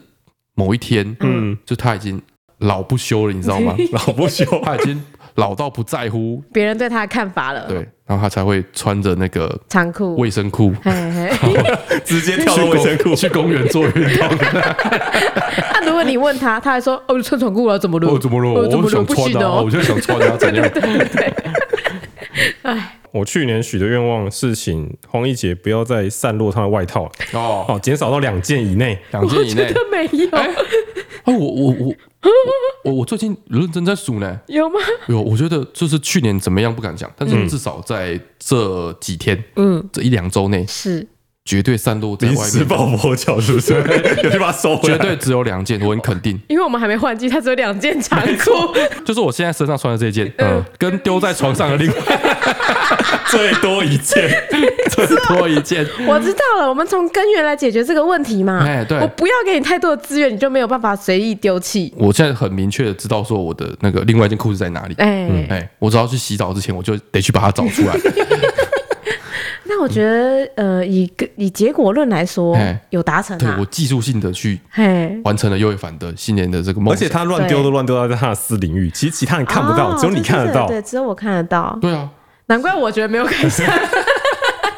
某一天，
嗯，
就他已经老不休了，你知道 吗？
老不休，
他已经老到不在乎，
别人对他的看法了，
对，然后他才会穿着那个
长裤，
卫生 裤。
嘿嘿，
直接跳
去
到卫生裤
公。去 公园做运动，
那如果你问他，他还说哦，穿短裤了，怎么了？
我怎么了？
哦怎
我
么了？
想
不
穿
行
啊，
哦
我，就想穿啊，怎样？
我去年许的愿望是请黄奕姐不要再散落她的外套，
哦，
哦，减少到两件以内。
两件以内。
真的没有，
啊，我我我我我最近认真在数呢。
有吗？
有，我觉得就是去年怎么样不敢讲，但是至少在这几天，
嗯，
这一两周内，
是
绝对散落在
临
外
时
面，
抱佛脚是不是？有去把它收回
绝
来。
对只有两件，我很肯定。
因为我们还没换季，他只有两件长裤，
就是我现在身上穿的这件，嗯，跟丢在床上的另外
最多一件，
多一件，
我知道了，我们从根源来解决这个问题嘛。
哎对
我不要给你太多的资源，你就没有办法随意丢弃。
我现在很明确的知道说我的那个另外一件裤子在哪里。
哎、
哎，我只要去洗澡之前，我就得去把它找出来。
那我觉得，呃，以个以结果论来说
哎，
有达成
对
啊
我。技术性的去
嘿，
完成了尤伟凡的新年的这个梦
而
想
且。他乱丢都乱丢到在他的私领域，其实其他人看不到，
哦
只有你看得到
对，。对对只有我看得到。
对啊，
难怪我觉得没有改善。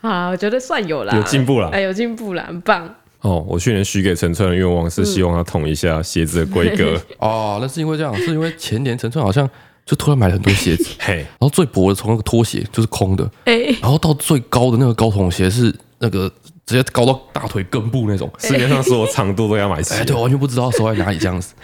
啊，我觉得算有啦，
有进步啦
哎，有进步啦，很棒。
哦，我去年许给陈川的愿望是希望他统一下鞋子的规格，
嗯
哦，那是因为这样，是因为前年陈川好像就突然买了很多鞋 子，
嘿，
然后最薄的从那个拖鞋就是空的，
哎，
然后到最高的那个高筒鞋是那个直接高到大腿根部那种。
世界上所有长度都要买齐
哎，，对，完全不知道收在哪里这样子。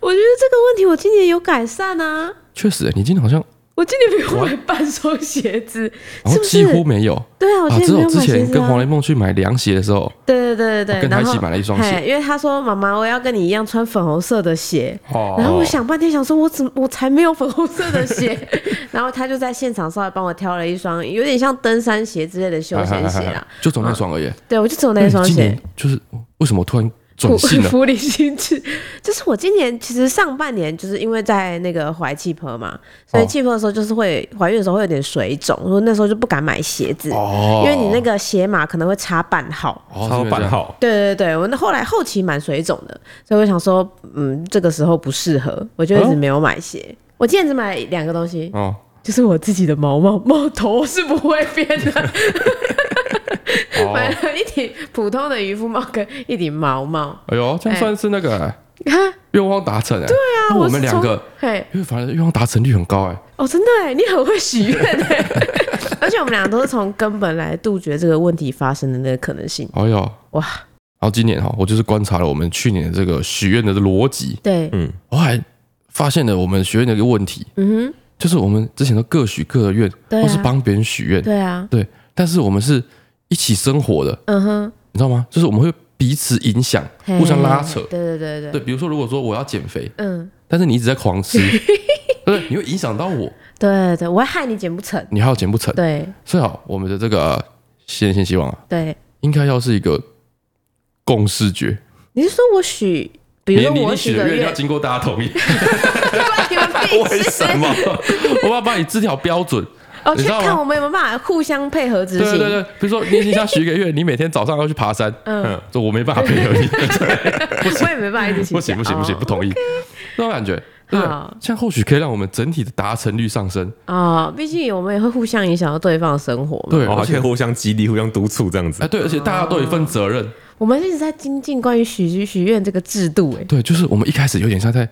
我觉得这个问题我今年有改善啊。
确实、哎你今天好像
我今年没有买半双鞋子，
好
是不
像哦几
是？
乎没有
对啊，我
啊，
今
只
年没
有
有
之
买鞋
前
子
跟黄
啊。
雷梦去买凉鞋的时候，
对对对对对，
我跟他
然
一
后
起买了一双鞋
嘿因为他说妈妈，我要跟你一样穿粉红色的鞋。
哦
然后我想半天，想说我怎么我才没有粉红色的鞋， 然后他就在现场稍微帮我挑了一双，有点像登山鞋之类的休闲鞋啦。
就走那双而已。
啊对，我就只有那一双
嗯今
鞋
年。就是为什么我突然转性了？
福利心智，就是我今年其实上半年就是因为在那个怀气婆嘛，所以
哦
气婆的时候就是会怀孕的时候会有点水肿，所以那时候就不敢买鞋子，
哦
因为你那个鞋码可能会差半号。
哦
超版，号，
对对对，我那后来后期蛮水肿的，所以我想说，嗯，这个时候不适合，我就一直没有买鞋。我今年只买两个东西，
是这样哦
就是我自己的毛毛毛头是不会变 的，买
哦，
了一顶普通的渔夫帽跟一顶毛毛。
哎呦，这样算是那个哎
啊，
愿望达成哎。对
对啊，
我
是
们两
从
个，
嘿，
因为反正愿望达成率很高哎。
哦，真的哎，你很会许愿哎， 而且我们俩都是从根本来杜绝这个问题发生的那个可能性。
哎呦，
哇，
然后今年哦哈，我就是观察了我们去年的这个许愿的逻辑，
对，
嗯，
我还发现了我们许愿的一个问题，
嗯
就是我们之前都各许各的愿，
对啊
或是帮别人许愿
哼，，对啊，
对，但是我们是一起生活的，
嗯哼，
你知道吗？就是我们会彼此影响，
嘿
互相拉扯。
对对对
对，
对，
比如说，如果说我要减肥，
嗯，
但是你一直在 狂吃，对，你会影响到我，
对对，我会害你减不成。
你还要减不成。
对
最好我们的这个新年新希望啊，
对，
应该要是一个共识决。
你是说我许，比如
你
说
你
我
你
许
许
个
的愿
愿
要，经过大家同意，
关你们屁
为
事
什 么？ 我要帮你制条标准。
哦，
你
去
知道吗
看我们有没有办法互相配合执
对对对
行。
对，比如说你你想许一 个愿，你每天早上要去爬山，
嗯，
这我没办法配合 你，
我也没办法一直请
不行
假
不行不行，不同意，那种感觉。对不对
好，
这样或许可以让我们整体的达成率上升。
哦，毕竟我们也会互相影响到对方的生活嘛。
对，
哦，还
而
可以
且
互相激励、互相督促这样子
哎，，对，而且大家都有一份责任。
我们一直在精进关于许许愿这个制度、哎，
对，就是我们一开始有点像在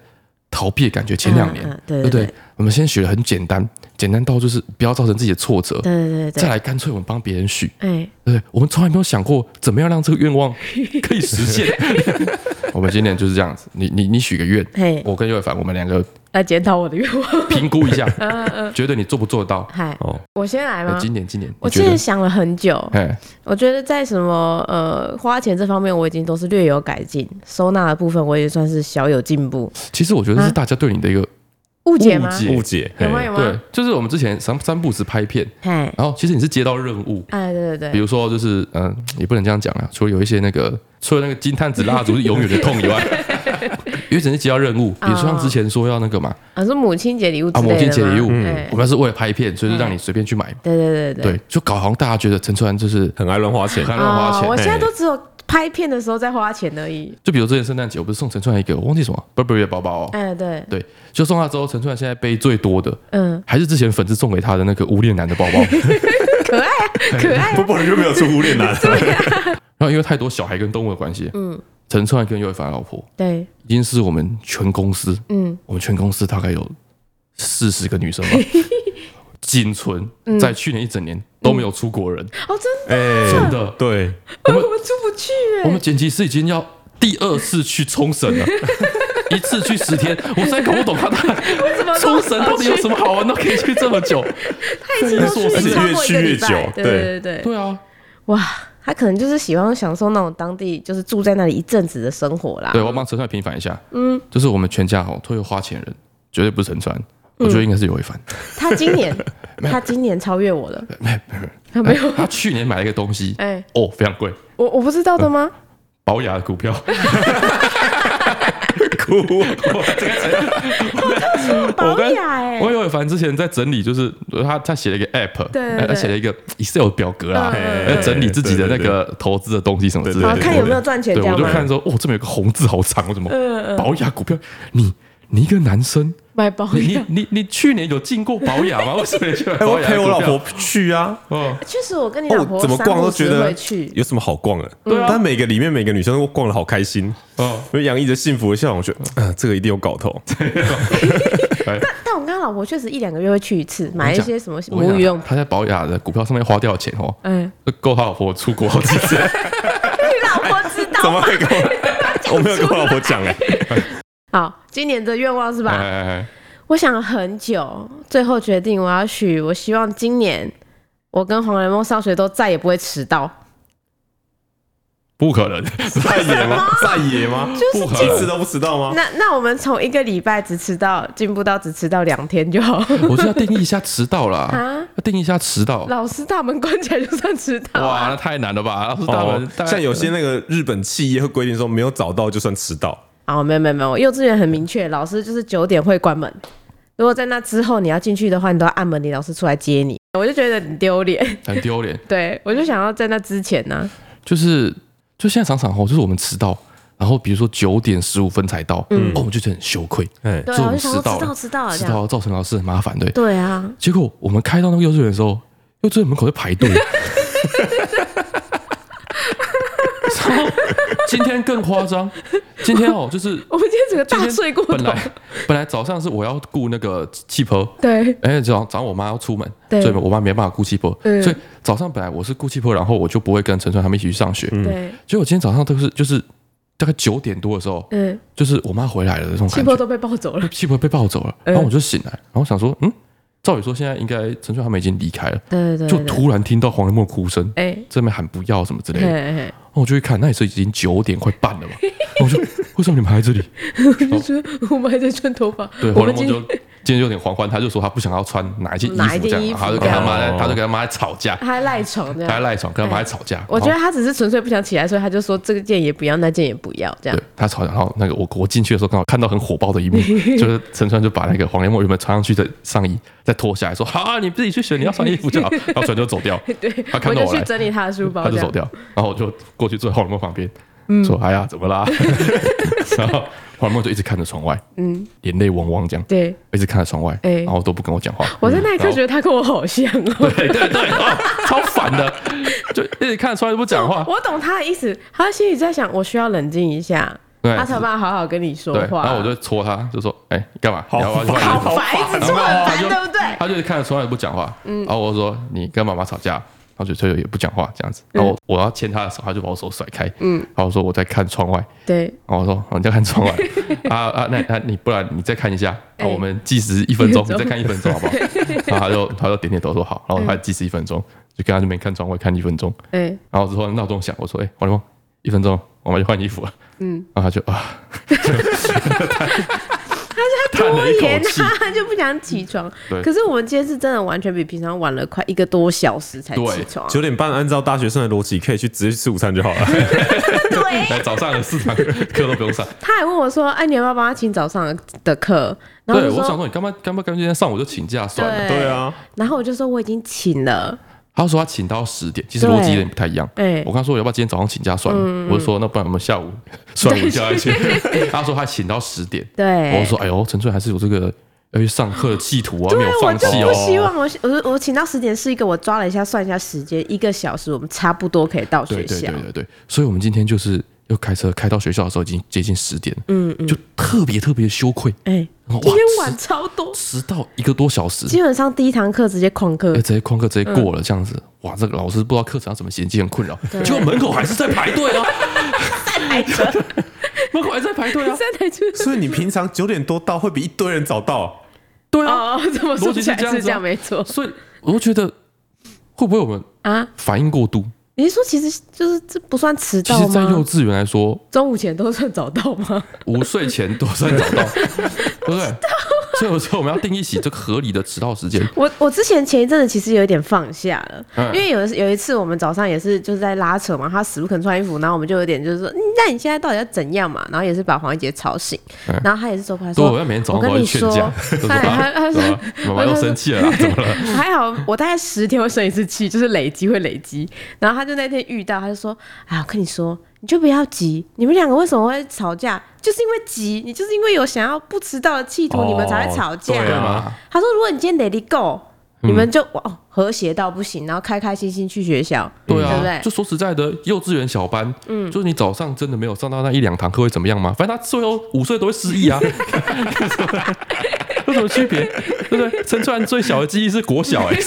逃避的感觉，前两年
嗯嗯，对
对
对
不对
对？
我们先学的很简单，简单到就是不要造成自己的挫折，
对对对
再
对，
来干脆我们帮别人许，
哎、
对不对？我们从来没有想过怎么样让这个 愿望可以实现。 我们今年就是这样子，你你你许个愿
嘿，
我跟尤伟凡我们两个
来检讨我的愿望。
评估 一下，
嗯
觉得你做不做得到？
嗨，
哦，
我先来
呃
吗？
今年今年，
嗯我
你
真
觉
的
得？
想了很久，
哎，
我觉得在什么呃花钱这方面，我已经都是略有改进，收纳的部分我也算是小有进步。
其实我觉得是
啊嗯
大家对你的一个
误解吗？
解
误解，
有吗
嘿
有
对
吗？，
就是我们之前三三步是拍片，
嗨，
然后其实你是接到任务，
哎，对对
比
对，
如说就是嗯、呃也不能这样讲啊，除了有一些那个，除了那个金探子蜡烛是永远的痛以外， 因为只是接到任务，比如说像之前说要那个嘛，
啊，是母亲节礼物之
啊
啊类的
母
吗
亲节礼物，
哎
我们是为了拍片，所以就让你随便去买，
对对对对
对，就搞好像大家觉得陈川就是
很爱乱花钱
很，乱花
啊、
钱。
我现
哎
在都只有拍片的时候在花钱而已。
就比如之前圣诞节，我不是送陈川一个我忘记什么 Burberry 的包包哦，
哎，对，
对，就送他之后，陈川现在背最多的
嗯，
还是之前粉丝送给他的那个无脸男的包 包，
可爱啊，可爱、
不
啊。
不然就没有出无脸 男，
啊然后因为太多小孩跟动物的关系，嗯，陈川跟尤伟凡老婆
对，
已经是我们全公司
嗯，
我们全公司大概有四十个 女生吧，仅存
嗯
在去年一整年都没有出国人，
哦，真的，
哎，
真的。
对，
我们
我出不去哎、
我们剪辑师已经要第二次去冲绳 了，一次去十天，我实在搞不懂他他
怎么
冲绳到底有什么好玩到可以去这 么久？
每次都去
而且
超
越
过一
去
个
越
礼拜
久
对对对对，
对啊，
哇，他可能就是喜欢享受那种当地，就是住在那里一阵子的生活啦。
对，我要帮陈川平反一下，嗯，就是我们全家哦，特有花钱人，绝对不是陈川。我
嗯
觉得应该是尤一凡，
他今年，他今年超越我了，
没没没
他啊没有，
他去年买了一个东西，
哎，
哦，非常贵，
我我不知道的吗？
保雅的股 票，
哭，
啊我跟
保雅欸
我有凡之前在整理，就是呃他他写了一个 app，
对对
呃他
对
写了一个 Excel 表格啦，
嗯
要整理自己的那个投资的东西什么之类
对
好
的。
对
看有没有赚钱
对，
这
我
样
就
吗？
看说，哦，这边有个红字好长，我怎么保雅股票？你你一个男生
买保
你
养
你。你你去年有进过保 养吗？为什么你去买
哎，我
保养？
陪我老婆，去啊，
嗯，
确实，我跟你
哦
老婆
我怎么
三
逛
不
都
时
觉得
会去，
有什么好逛的？
对啊
但每个里面每个女生都逛的好开心，
哦，
因为洋溢着幸福的笑容，我觉得啊，这个一定有搞 头。
但我跟她老婆确实一两个月会去一次， 买一些什么
我跟
母
你
语
讲
用品。
他在保雅的股票上面花掉的钱哦，
嗯，
就够他老婆出国好几次。
你老婆知道
怎么会跟 我？我没有跟我老婆讲哎，
好，今年的愿望是吧？
哎，
我想了很久，最后决定我要许，我希望今年我跟黄仁梦上学都再也不会迟到。
不可能，
在野吗？在野吗？
不可
一直
能。
都不迟到吗？
那那我们从一个礼拜只迟到进步到只迟到两天就好。
我就要定义一下迟到啦，
啊
要定义一下迟到。
老师大门关起来就算迟到
哇，
啊
那太难了吧？老师大
哦
门，大概
像有些那个日本企业会规定说，没有早到就算迟到。
哦，没有没有没有，幼稚园很明确，老师就是九点会关门。如果在那之后你要进去的话，你都要按门铃，老师出来接你，我就觉得很丢脸。
很丢脸，
对我就想要在那之前呢、
就是就现在常常哦，就是我们迟到，然后比如说九点十五分才到，嗯，哦，我们就觉得很羞愧，
哎，
对
所以
啊，我就
我们
想
迟
说
到
迟
了
到迟到啊，
迟
这
到
样。
了造成老师很麻烦，对。
对啊，
结果我们开到那个幼稚园的时候，幼稚园门口在排 队。然后今天更夸张，今天哦，就是
我们今天整个
今
大
天
睡过
本
头。
来本来早上是我要雇那个汽车，
对，
哎，早早上我妈要出门，所
对
以我妈没办法雇汽婆，
嗯
所以早上本来我是雇汽婆，然后我就不会跟陈川他们一起去上学。
对，
结果今天早上都是就是大概九点多的时候，
嗯，
就是我妈回来了这种
气
感
泡
觉，
都被抱走了。
汽婆被抱走了，
嗯
然后我就醒来，然后想说，嗯，照理说现在应该陈川他们已经离开了，
对对
就突然听到黄仁墨哭声，
哎，
这边喊不要什么之类
嘿
的，
嘿
然后我就去看，那也是已经九点快半了嘛，然后我就 为什么你们还在这里？
嘿，我就觉得我们还在穿头发。
哦对，
我
黄
们
仁墨
今
就
天
今天有点黄欢，他就说他不想要穿哪一件衣
哪一
服
件
这样，
衣服啊
他就跟他妈在，
哦
他就跟他妈在吵架，
他还赖床这
他在
样。
赖床，跟他妈在吵架，
我觉得
然后
他只是纯粹不想起来，所以他就说这个件也不要，那件也不要这样
对。他吵架，然后那个我我进去的时候刚好看到很火 爆的一幕，就是陈川就把那个黄连墨原本穿上去的上衣再脱下来说：“好、啊，你自己去选你要穿衣 服就好。”然后陈川就走掉，
对，
他看到
就
我来
去，整理他的书包
他
这
就走
样。嗯
掉，然后我就过去坐在黄连墨旁边，说：“哎呀，怎 么啦？”然后黄连墨就一直看着窗外，嗯，眼泪汪汪这样，
对，
一直看着窗外，
哎
然后都不跟我讲话。
我在那一刻
然后
觉得他跟我好像哦。
对对对，哦、超烦的，就一直看得出来不讲话。
我懂他的意思，他心里在想，我需要冷静一下，
对
他才有办法好好跟你说
对，
话。
然后我就戳他，就说：“哎、你干嘛？你要不要去换衣服
好烦，一直说很
然后他
烦，
就
对不对？
他就是看着窗外不讲话，
嗯
然后我就说你跟妈妈吵架，然后就就也不讲话这样
嗯
子，然后我我要牵他的手，他就把我手甩开，嗯，然后我说我在看窗外，
对，
然后我说哦你在看 窗外啊啊，那那你不然你再看一下，
哎
然后我们计时一分钟，
一
你
分钟嗯
再看一分钟好不 好？然后他就他就点点头说好，然后他计时一分钟，就跟他那边看窗外看一分钟，
哎，
然后之后闹钟响，我说：“哎、黄立峰，一分钟，我们去换衣服了。”嗯，然后他就啊，
拖
叹了一
延
口气，
啊，就不想起床。
对
可是我们今天是真的完全比平常晚了快一个多小时才起
对
床。
九点半，按照大学生的逻辑，可以去直接去吃午餐就好了。啊
对，
来早上的四堂 课都不用上。
他还问我说：“哎、你要不要帮他请早上的课？”然后
对，
就
我想
说
说你干嘛干嘛干脆今天上午就请假算了。
对
对啊，：“
然后我就说我已经请了。
他说他请到十点，其实
对
逻辑有点不太一样。
哎
我跟他说我要不要今天早上请假算了，
嗯
我就说那不然我们下午算午觉再去。他说他请到十点，
对
我就说哎呦，陈俊还是有这个要去上课的企图啊，没有
我
放
就
弃
不
哦。
希望我我我我请到十点是一个我抓了一下算一下时间，一个小时我们差不多可以到
对
学
对
校。
对对对，所以我们今天就是要开车开到学校的时候，已经接近十点，嗯嗯，就特别特别羞愧。
哎、
然后
今
哇
天，晚超 多，
迟到一个多小时，
基嗯本上第一堂课直接旷课
哎、。直接旷课直接过了，这样子，哇，这个老师不知道课程要怎么衔接，很困扰。结果门口还是在排队 啊，门口还在排队啊，
三台车
所以你平常九点多到，会比一堆人早到。
对啊，
哦，怎么说
逻辑
起
是
来
这样子啊
是这样没错
所以我就觉得会不会我们
啊？
反应过度？
你是说其实就是这不算迟
其
到
实，在幼
吗？
稚园来说，
中午前都算早到吗？
午睡前都算早到，对不对？所以我说我们要定义起这个合理的迟到时间。
我我之前前一阵子其实有一点放下了，
嗯
因为有一有一次我们早上也是就是在拉扯嘛，他死不肯穿衣服，然后我们就有点就是说，嗯那你现在到底要怎样嘛？然后也是把黄一杰吵醒，然后他也是走过来
嗯对，
说，
我要每天早上
我
都
跟
会
你
劝
说
架，就说
哎他
啊
他
怎么了妈妈又生气了啦，啊怎么了？
还好我大概十天会生一次气，就是累积会累积。然后他就那天遇到，他就说，啊，我跟你说，你就不要急。你们两个为什么会吵架？就是因为急，你就是因为有想要不迟到的企图，
哦
你们才会吵架。
对啊嗯嘛
他说，如果你今天 Let it go，、你们就哇哦和谐到不行，然后开开心心去学校，
对
对不
啊，
对？
就说实在的，幼稚园小班，嗯，就是你早上真的没有上到那一两堂课会怎么样吗？反正他最后五岁都会 失忆啊，有什么区别？对不对？陈川最小的记忆是国 小、欸，哎，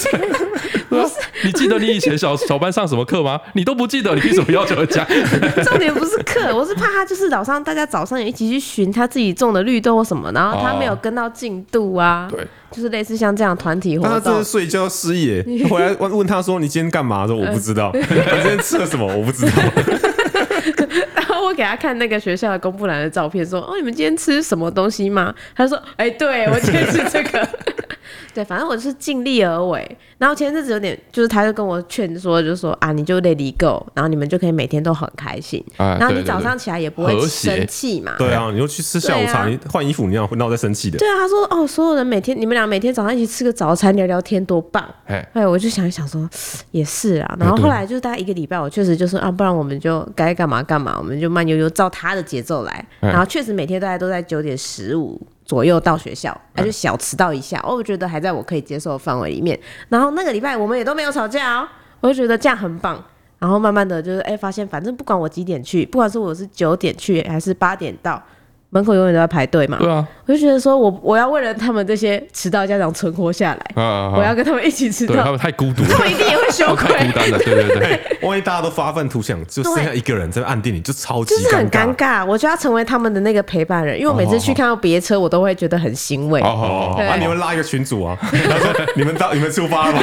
不是？你记得你以前小小班上什么课吗？你都不记得，你凭什么要求人家？
重点不是课，我是怕他就是早上大家早上也一起去寻他自己种的绿豆或什么，然后他没有跟到进度啊。
哦对，
就是类似像这样团体活
那他真
动
的。睡觉失忆耶，他回来问问他说：“你今天干嘛？”说：“我不知道。”他今天吃了什么？我不知道。
然后我给他看那个学校的公布栏的照片，说：“哦，你们今天吃什么东西吗？”他说：“哎、对我今天吃这个。” 对，反正我就是尽力而为。然后前阵子有点，就是他就跟我劝说，就说啊，你就 let it go，然后你们就可以每天都很开心，
啊
然后
对
你
对
早
对
上起来也不会
和谐
生气嘛。
对啊，你又去吃下午茶，
对啊
你换衣服，你要那我在生气的。
对啊，他说哦，所有人每天你们俩每天早上一起吃个早餐聊聊天，多棒！
哎，
哎，我就想一想说，也是啊。然后后来就是大概一个礼拜，我确实就说啊，不然我们就该干嘛干嘛，我们就慢悠悠照他的节奏来。
嗯
然后确实每天大家都在九点十五左右到学校，
哎
那就小迟到一下，哦，我觉得还在我可以接受的范围里面。然后那个礼拜我们也都没有吵架哦，我就觉得这样很棒。然后慢慢的就是哎、发现反正不管我几点去，不管是我是九点去还是八点到，门口永远都在排队嘛。
对啊，
我就觉得说我我要为了他们这些迟到家长存活下来，
啊啊，
我要
啊
跟他们一起迟
对他
到，
们太孤 独
他
了，
们一定也会羞愧
太，孤单了，对对 对。
万一大家都发愤图强，就剩下一个人在暗地里，就超级
就是很尴
尬。
尬。我就要成为他们的那个陪伴人，因为我每次去看到别车，我都会觉得很欣慰。
好好好
哦，
好，
对
那你们拉一个群主啊，他说你们到你们出发了吗？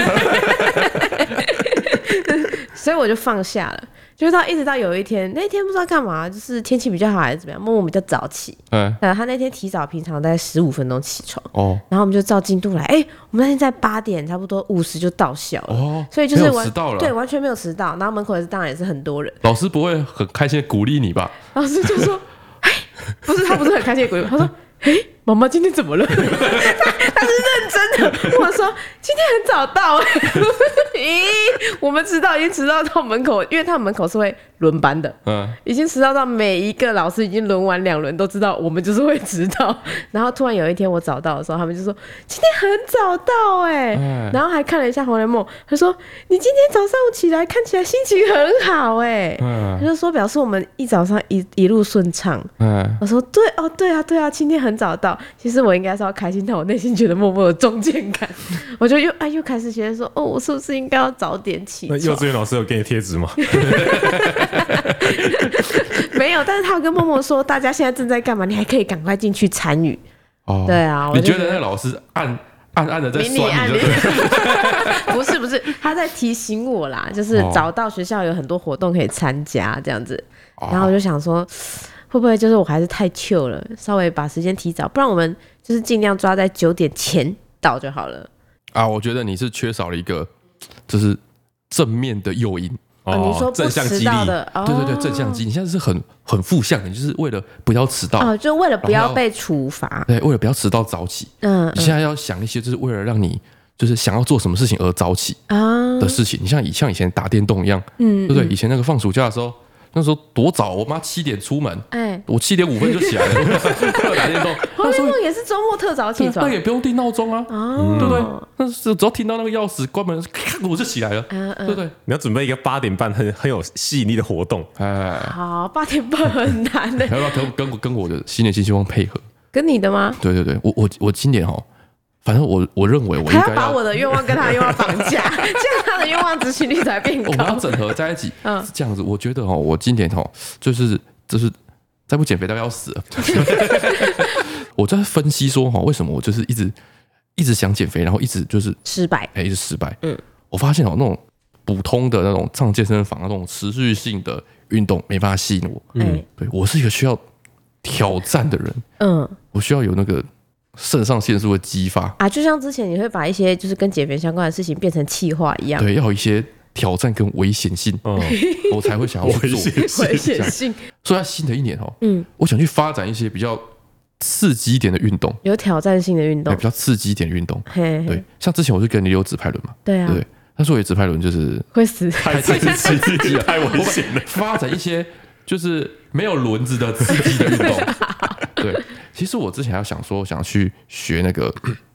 所以我就放下了。就是到一直到有一天，那天不知道干嘛，就是天气比较好还是怎么样，默默比较早起。
嗯，
呃，他那天提早平常大概十五分钟起床，
哦
然后我们就照进度来。哎、我们那天在八点差不多五十就到校了，
哦，
所以就是
没有
完
迟到了，
对，完全没有迟到。然后门口也是当然也是很多人，
老师不会很开心的鼓励你吧？
老师就 说：“哎，不是，他不是很开心的鬼，他说。”哎，妈妈今天怎么 了？他他是认真的。我说今天很早到、 哎咦，我们迟到已经迟到到门口，因为他们门口是会轮班的，
嗯，
已经迟到到每一个老师已经轮完两轮都知道我们就是会迟到。 然后突然有一天我早到的时候，他们就说今天很早到哎、
哎
然后还看了一下《红楼梦》，他说你今天早上起来看起来心情很好哎、
嗯
他就说表示我们一早上一一路顺畅。
嗯，
我说对哦，对啊，对啊，今天很早到。其实我应该是要开心，但我内心觉得默默有中间感， 我就又啊又开始觉得说，哦，我是不是应该要早点起
那幼
床？
稚园老师有给你贴纸 吗？
没有，但是他有跟默默说，大家现在正在干嘛？你还可以赶快进去参与。
哦，
对啊我
你
就
觉
觉
得
得
那个老师暗暗暗的在
明里
酸
暗
你
里
就对了，
不是不是，他在提醒我啦，就是
哦
找到学校有很多活动可以参加这样子，
哦
然后我就想说，会不会就是我还是太 chill 了，稍微把时间提早，不然我们就是尽量抓在九点前到就好了。
啊，我觉得你是缺少了一个，就是正面的诱因。
哦，你说不
正向
迟
激
到
励，
的，哦
对对对，正向激，你现在是很很负向的，你就是为了不要迟到，
哦，就为了不
然
要
后
被处罚，
对，为了不要迟到早起。
嗯
你现在要想一些，就是为了让你就是想要做什么事情而早起
啊，
的事情。你像以像以前打电动一样，
嗯
对不对？以前那个放暑假的时候，那时候多早，我妈七点出门，
哎，
我七点五分就起来了， 为了打 电动。
黄
那时
连
候
梦也是周末特早起
对
床
那，也不用定闹钟啊，
哦，
对不对？那是只要听到那个钥匙关门，咔我就起来了，
嗯
对不对？
你要准备一个八点半很很有吸引力的活动。
哎，
好，八点半很难 的，
还要跟跟跟我的新年新希望配合。
跟你的吗？
对对对，我我我今年哦，反正我我认为我
还
应
要
该
把
要，
我的愿望跟他的愿望绑架，这样他的愿望执行率才变
哦我们要
高。
整合在一起，
嗯
是这样子。我觉得哦，我今年哦，就是就是再不减肥都要死了。 我在分析说哈，为什么我就是一直一直想减肥，然后一直就是
失败，
哎、一直失败。
嗯
嗯，我发现哦，那种普通的那种上健身房那种持续性的运动没办法吸引我。
哎，
对我是一个需要挑战的人，
嗯
我需要有那个肾上腺素的激发，
啊，就像之前你会把一些就是跟减肥相关的事情变成气话一样，
对，要有一些挑战跟危险性，
嗯，
我才会想要去
危
做。
险
危
性。
险性
所以，在新的一年哦，
嗯
嗯，我想去发展一些比较刺激一点的运动，
有挑战性的运
对，
动
比，较刺激一点的运动。
嘿，嘿
对，像之前我是跟你溜直排轮嘛，
对啊，
对， 但是我也直排轮就是
会死，
太刺激，太危险了。
发展一些 就是没有轮子的刺激的运动。 对，其实我之前还有想说，我想去学那个，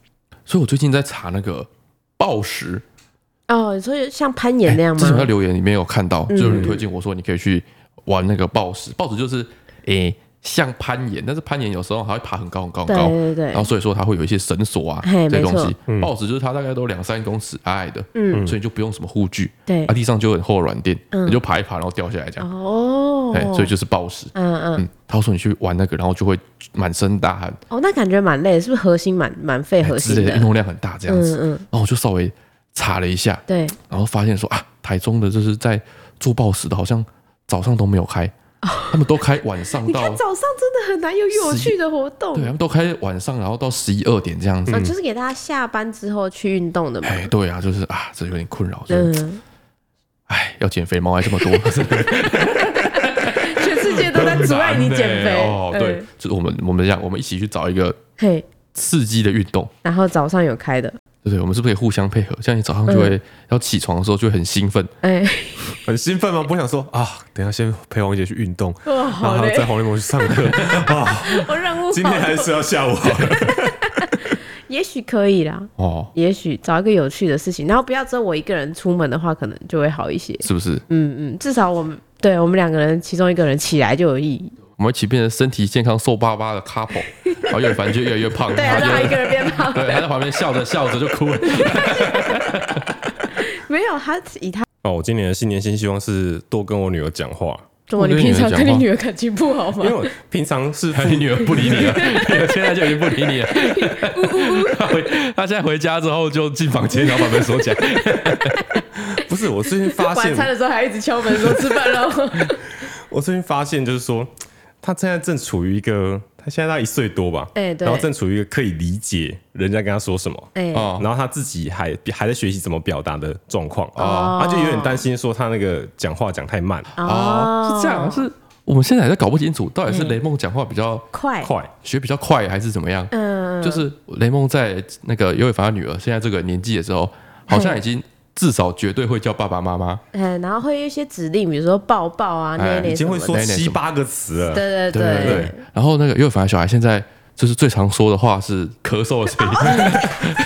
所以我最近在查那个暴食。
哦，所以像攀岩那样
之前在
吗？嗯
留言里面有看到，就有人推荐我说你可以去玩那个暴食，暴食就是诶、像攀岩，但是攀岩有时候还会爬很高很高很
对
高，
对对
然后所以说它会有一些绳索啊
嘿
这
没
些东
错
西。报纸就是它大概都两三公尺矮矮的，
嗯
所以你就不用什么护具，
对
啊，地上就有很厚的软垫，
嗯
你就爬一爬，然后掉下来这样，
哦
哎，，所以就是暴食。
嗯嗯
嗯，他说你去玩那个，然后就会满身大汗，
哦，那感觉蛮累，是不是核心蛮蛮费核
哎
心
之类
的
的运？动量很大这样
嗯
子。
嗯，
然后我就稍微查了一下，
对，
然后发现说啊，台中的就是在做暴食的，好像早上都没有开，他们都开晚上
你
到
看，早上真的很难有有趣的活动
对，他，们都开晚上，然后到十一二点这样子
啊，。哦就是给大家下班之后去运动的嘛。
嗯哎，对啊，就是啊，这有点困扰，就是
嗯，
哎，要减肥毛还这 么多，
全世界都在阻碍你减肥哎
哦，对，，
嗯
就是我们我们这样，我们一起去找一个
嘿，
刺激的运动，
然后早上有开的，
对不对？我们是不是可以互相配合？这样你早上就
嗯
会、要起床的时候就会很兴奋，
哎，
很兴奋吗？不想说啊，等一下先陪王姐去运动，
哇，
然后
好
还要
累
在，黄立萌去上 课啊。
我任务
今天还
好
是
多，
要下午好了，
也许可以啦。
哦，
也许找一个有趣的事情，然后不要只有我一个人出门的话，可能就会好一些。
是不是？
嗯嗯，至少我们对我们两个人其中一个人起来就有意义。
我们一起变成身体健康、瘦巴巴的 couple，然后越反正就越来越胖，
对啊，
然
让
后
他
就
一个人变胖，
对，他在旁边笑着笑着就哭了。
没有他以他。
哦，我今年的新年新希望是多跟我女儿讲话，
怎么？
我
你
跟你
平常
讲
跟你
话
女儿感情不好
因
吗
为？我平常是父
他 女儿不理 你了，现在就已经不理你了。他回他现在回家之后就进房间，然后把门锁起来。
不是我最近发
晚
现，
餐的时候还一直敲门说吃饭喽。
我最近发现就是说，他现在正处于一个，他现在大概一岁多吧，
哎对
然后正处于一个可以理解人家跟他说什么，
哎
哦
然后他自己还还在学习怎么表达的状况，
哦
哦，他就有点担心说他那个讲话讲太慢
啊
哦，是这样，是我们现在还在搞不清楚，到
嗯
底是雷梦讲话比较
快，
快，
学比较快，还是怎么样？
嗯，
就是雷蒙在那个尤伟凡的女儿现在这个年纪的时候，好像已
嗯
经至少绝对会叫爸爸妈妈。
哎，然后会有一些指令，比如说抱抱啊、捏
哎
捏
已
什
经
么
会
的。
说
奶奶
七
什么
八个词了，
对对
对，然后那个尤伟凡的小孩现在就是最常说的话是咳嗽的声
嗯
音，哦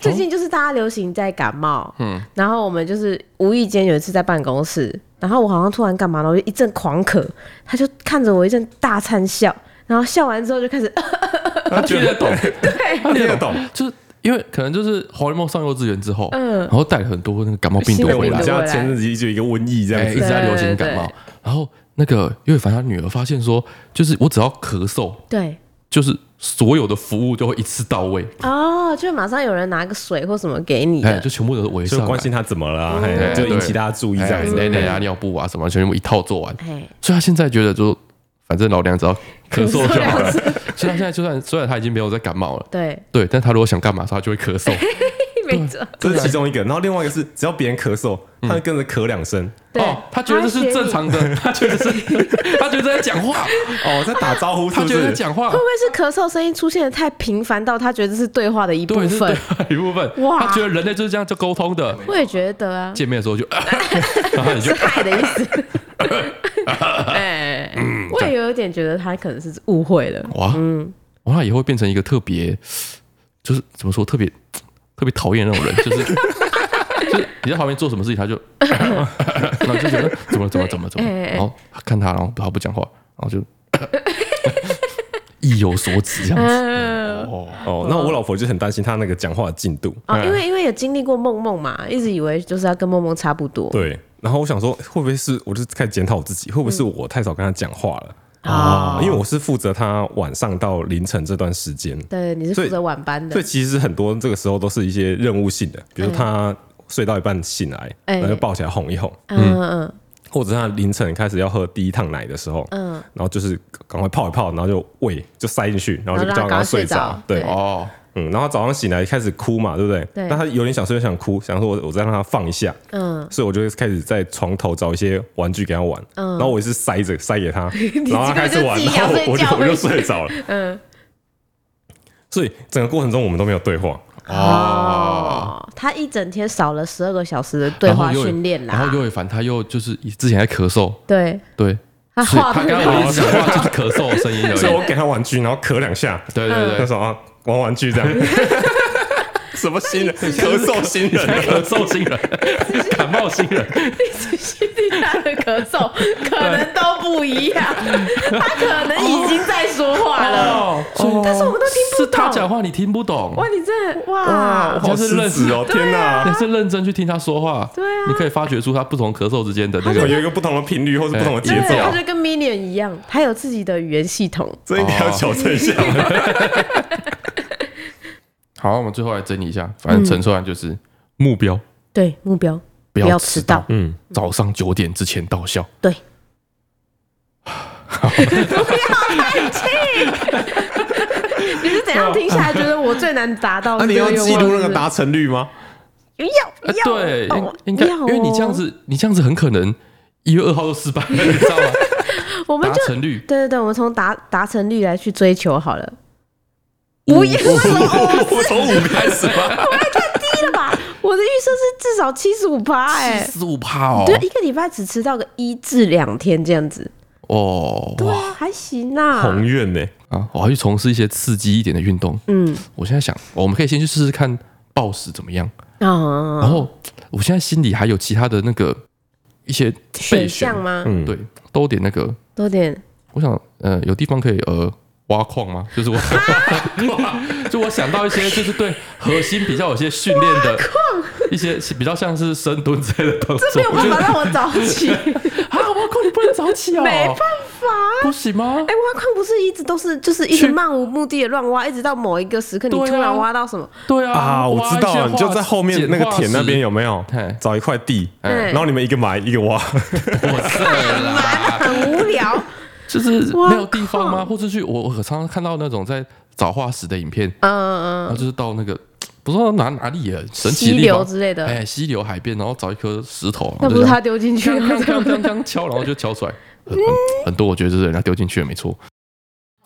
最近就是大家流行在感冒，嗯，然后我们就是无意间有一次在办公室，然后我好像突然干嘛了，我就一阵狂咳，他就看着我一阵大灿笑，然后笑完之后就开始，
他听得 懂，他
听
听
得
得
懂
懂，就是。因为可能就是黄雷梦上幼稚园之后，
嗯
然后带了很多那个感冒病毒
对，
新
我
回
病
来
们
毒，
家前阵子就有一个瘟疫这
哎，
样
一直
子，
在流行感
对
冒。然后那个尤伟凡他女儿发现说，就是我只要咳嗽，
对，
就是所有的服务就会一次到位，
哦，就马上有人拿个水或什么给你
哎，
的，
就全部都是围
就
上
关
来。
心他怎么了啊，嘿
嗯哎对
就引起大家注意这样
哎
子，
奶奶啊、尿布啊什么，全部一套做完。
哎，
所以他现在觉得就，反正老娘只要咳嗽就好
咳
了。所以他现在就算虽然他已经没有在感冒了，
对，
对，但他如果想干嘛的时候，他就会咳嗽。
没错，
这是其中一个，然后另外一个是只要别人咳嗽，
嗯
他会跟着咳两声，
对
哦，，他觉得这是
他学
正
你。
常的，他觉得是，他觉得在讲话，
哦，在打招呼，
他觉得在
讲。
讲话
会。不会是咳嗽声音出现的太频繁到他觉得这是对话的一部
对，是对
分？
一部分。
哇
他觉得人类就是这样就沟通的。
我也觉得啊，
见面的时 候就， 然后你就是
害的意思。 哎，
嗯
嗯我也有点觉得他可能是误会了。
哇，哇，他以后会变成一个特别，就是怎么说，特别特别讨厌那种人，就是 就是你在旁边做什么事情，他就， 然后就觉得怎么了怎么了怎么了怎
哎
么了，然后看他，然后他不讲话，然后就 意有所指这样子。
嗯
哦，
哦，那我老婆就很担心她那个讲话的进度。
啊，因为因为有经历过梦梦嘛，一直以为就是要跟梦梦差不多。
对，然后我想说，会不会是我就开始检讨我自己，会不会是
嗯
我太少跟她讲话了啊？因为我是负责她晚上到凌晨这段时间，
对，你是负责晚班
所
的
以，其实很多这个时候都是一些任务性的，比如她睡到一半醒来，
嗯哎
然后就抱起来哄一哄，
嗯嗯
或者她凌晨开始要喝第一趟奶的时候，
嗯，
然后就是赶快泡一泡，然后就喂，就塞进去，然后就
然后让
叫
她赶快
她睡
睡
着
着。
对，
对
哦，
嗯，然后早上醒来开始哭嘛，对不对？
对
那她有点想睡，又想哭，想说我我再让她放一下。
嗯，
所以我就开始在床头找一些玩具给他玩，然后我也是塞着塞给他，然后他开始 玩，
你
然
这
后
个就自己想睡觉
我就我就睡着了，嗯，所以整个过程中我们都没有对话，
哦。
哦，他一整天少了十二个小时的对话
然后又
训练
然后
啦，
尤伟凡他又就是之前在咳嗽，
对，
对，
他
所以
啊话
他
不
刚刚我一直讲话就是咳嗽的声音 而
所以
已。
我给他玩具，然后咳两下，
对对
那
对，
时候啊玩玩具这 样。什么新人？咳嗽新 人啊？
咳嗽新人，感冒新人，
心地大的咳嗽可能都不一样，他可能已经在说话了。
哦，所以
但是我们都听不
是他
懂。
讲话你听不懂，
哇，你这
哇，我
哇，
好失职哦！天哪
啊
你，是认真去听他说话，
对啊
你可以发掘出他不同咳嗽之间的那
我
个。
有一个不同的频率或是不同的节
对，
奏
他，就跟 Minion 一样，他有自己的语言系统。
这应该要矫正一下。
好，我们最后来整理一
嗯
下，反正陈述完就是目标，
对，目标
不
要
要
迟
迟
到
到，
嗯，
早上九点之前到校。
对。你是怎样听下来觉得我最难达到
那
的
啊你
这
要
个愿望？
记录那
是
个
不是
达成率吗？
呃
要要
对，
哦
应应该，
要
因为你这样
哦
子，你这样子很可能一月二号就失败了，你知道吗？
我们
达
就
成率
对对对，我们从达达成率来去追求好了。
嗯
不要，
我从五开始吧。
我的预设是至少七十五趴，哎、
四五趴哦
对，一个礼拜只吃到个一至两天这样子，
哦
对
哇
啊，还行啦、
宏愿呢？
啊！我要去从事一些刺激一点的运动。
嗯
我现在想，我们可以先去试试看暴食怎么样。
啊，
然后我现在心里还有其他的那个一些备
选
选
项，吗？
嗯，
对，都有点那个。
多点
我想，呃，有地方可以呃挖矿吗？ 就是我，
啊
就我想到一些就是对核心比较有些训练的一些比较像是深蹲之类的动作。
没有办法让我早 起，
啊，挖矿你不能早起哦，
没办法。
不行吗
哎、？挖矿不是一直都是就是一直
去
漫无目的的乱挖，一直到某一个时刻你
对啊
突然挖到什么？
对啊，
啊，我
挖
知
一
道
些
了，你就在后面那个田那边有没有
嘿
找一块地，
哎
对，
然后你们一个埋一个挖，
哇塞 啦，
很无 聊。
就是
挖
没有地方吗？
矿
或者去我我常常看到那种在找化石的影片，然
嗯
后
嗯
就是到那个不知道哪哪里耶，神
嗯，
奇
溪
的地
流
方，
之类的，
哎，溪流海边，然后找一颗石头，
那
然后
不
就是这
他
样
丢进去了？
锵锵锵锵敲，然后就敲出来，很很很多我觉得就是人家丢进去了，没错。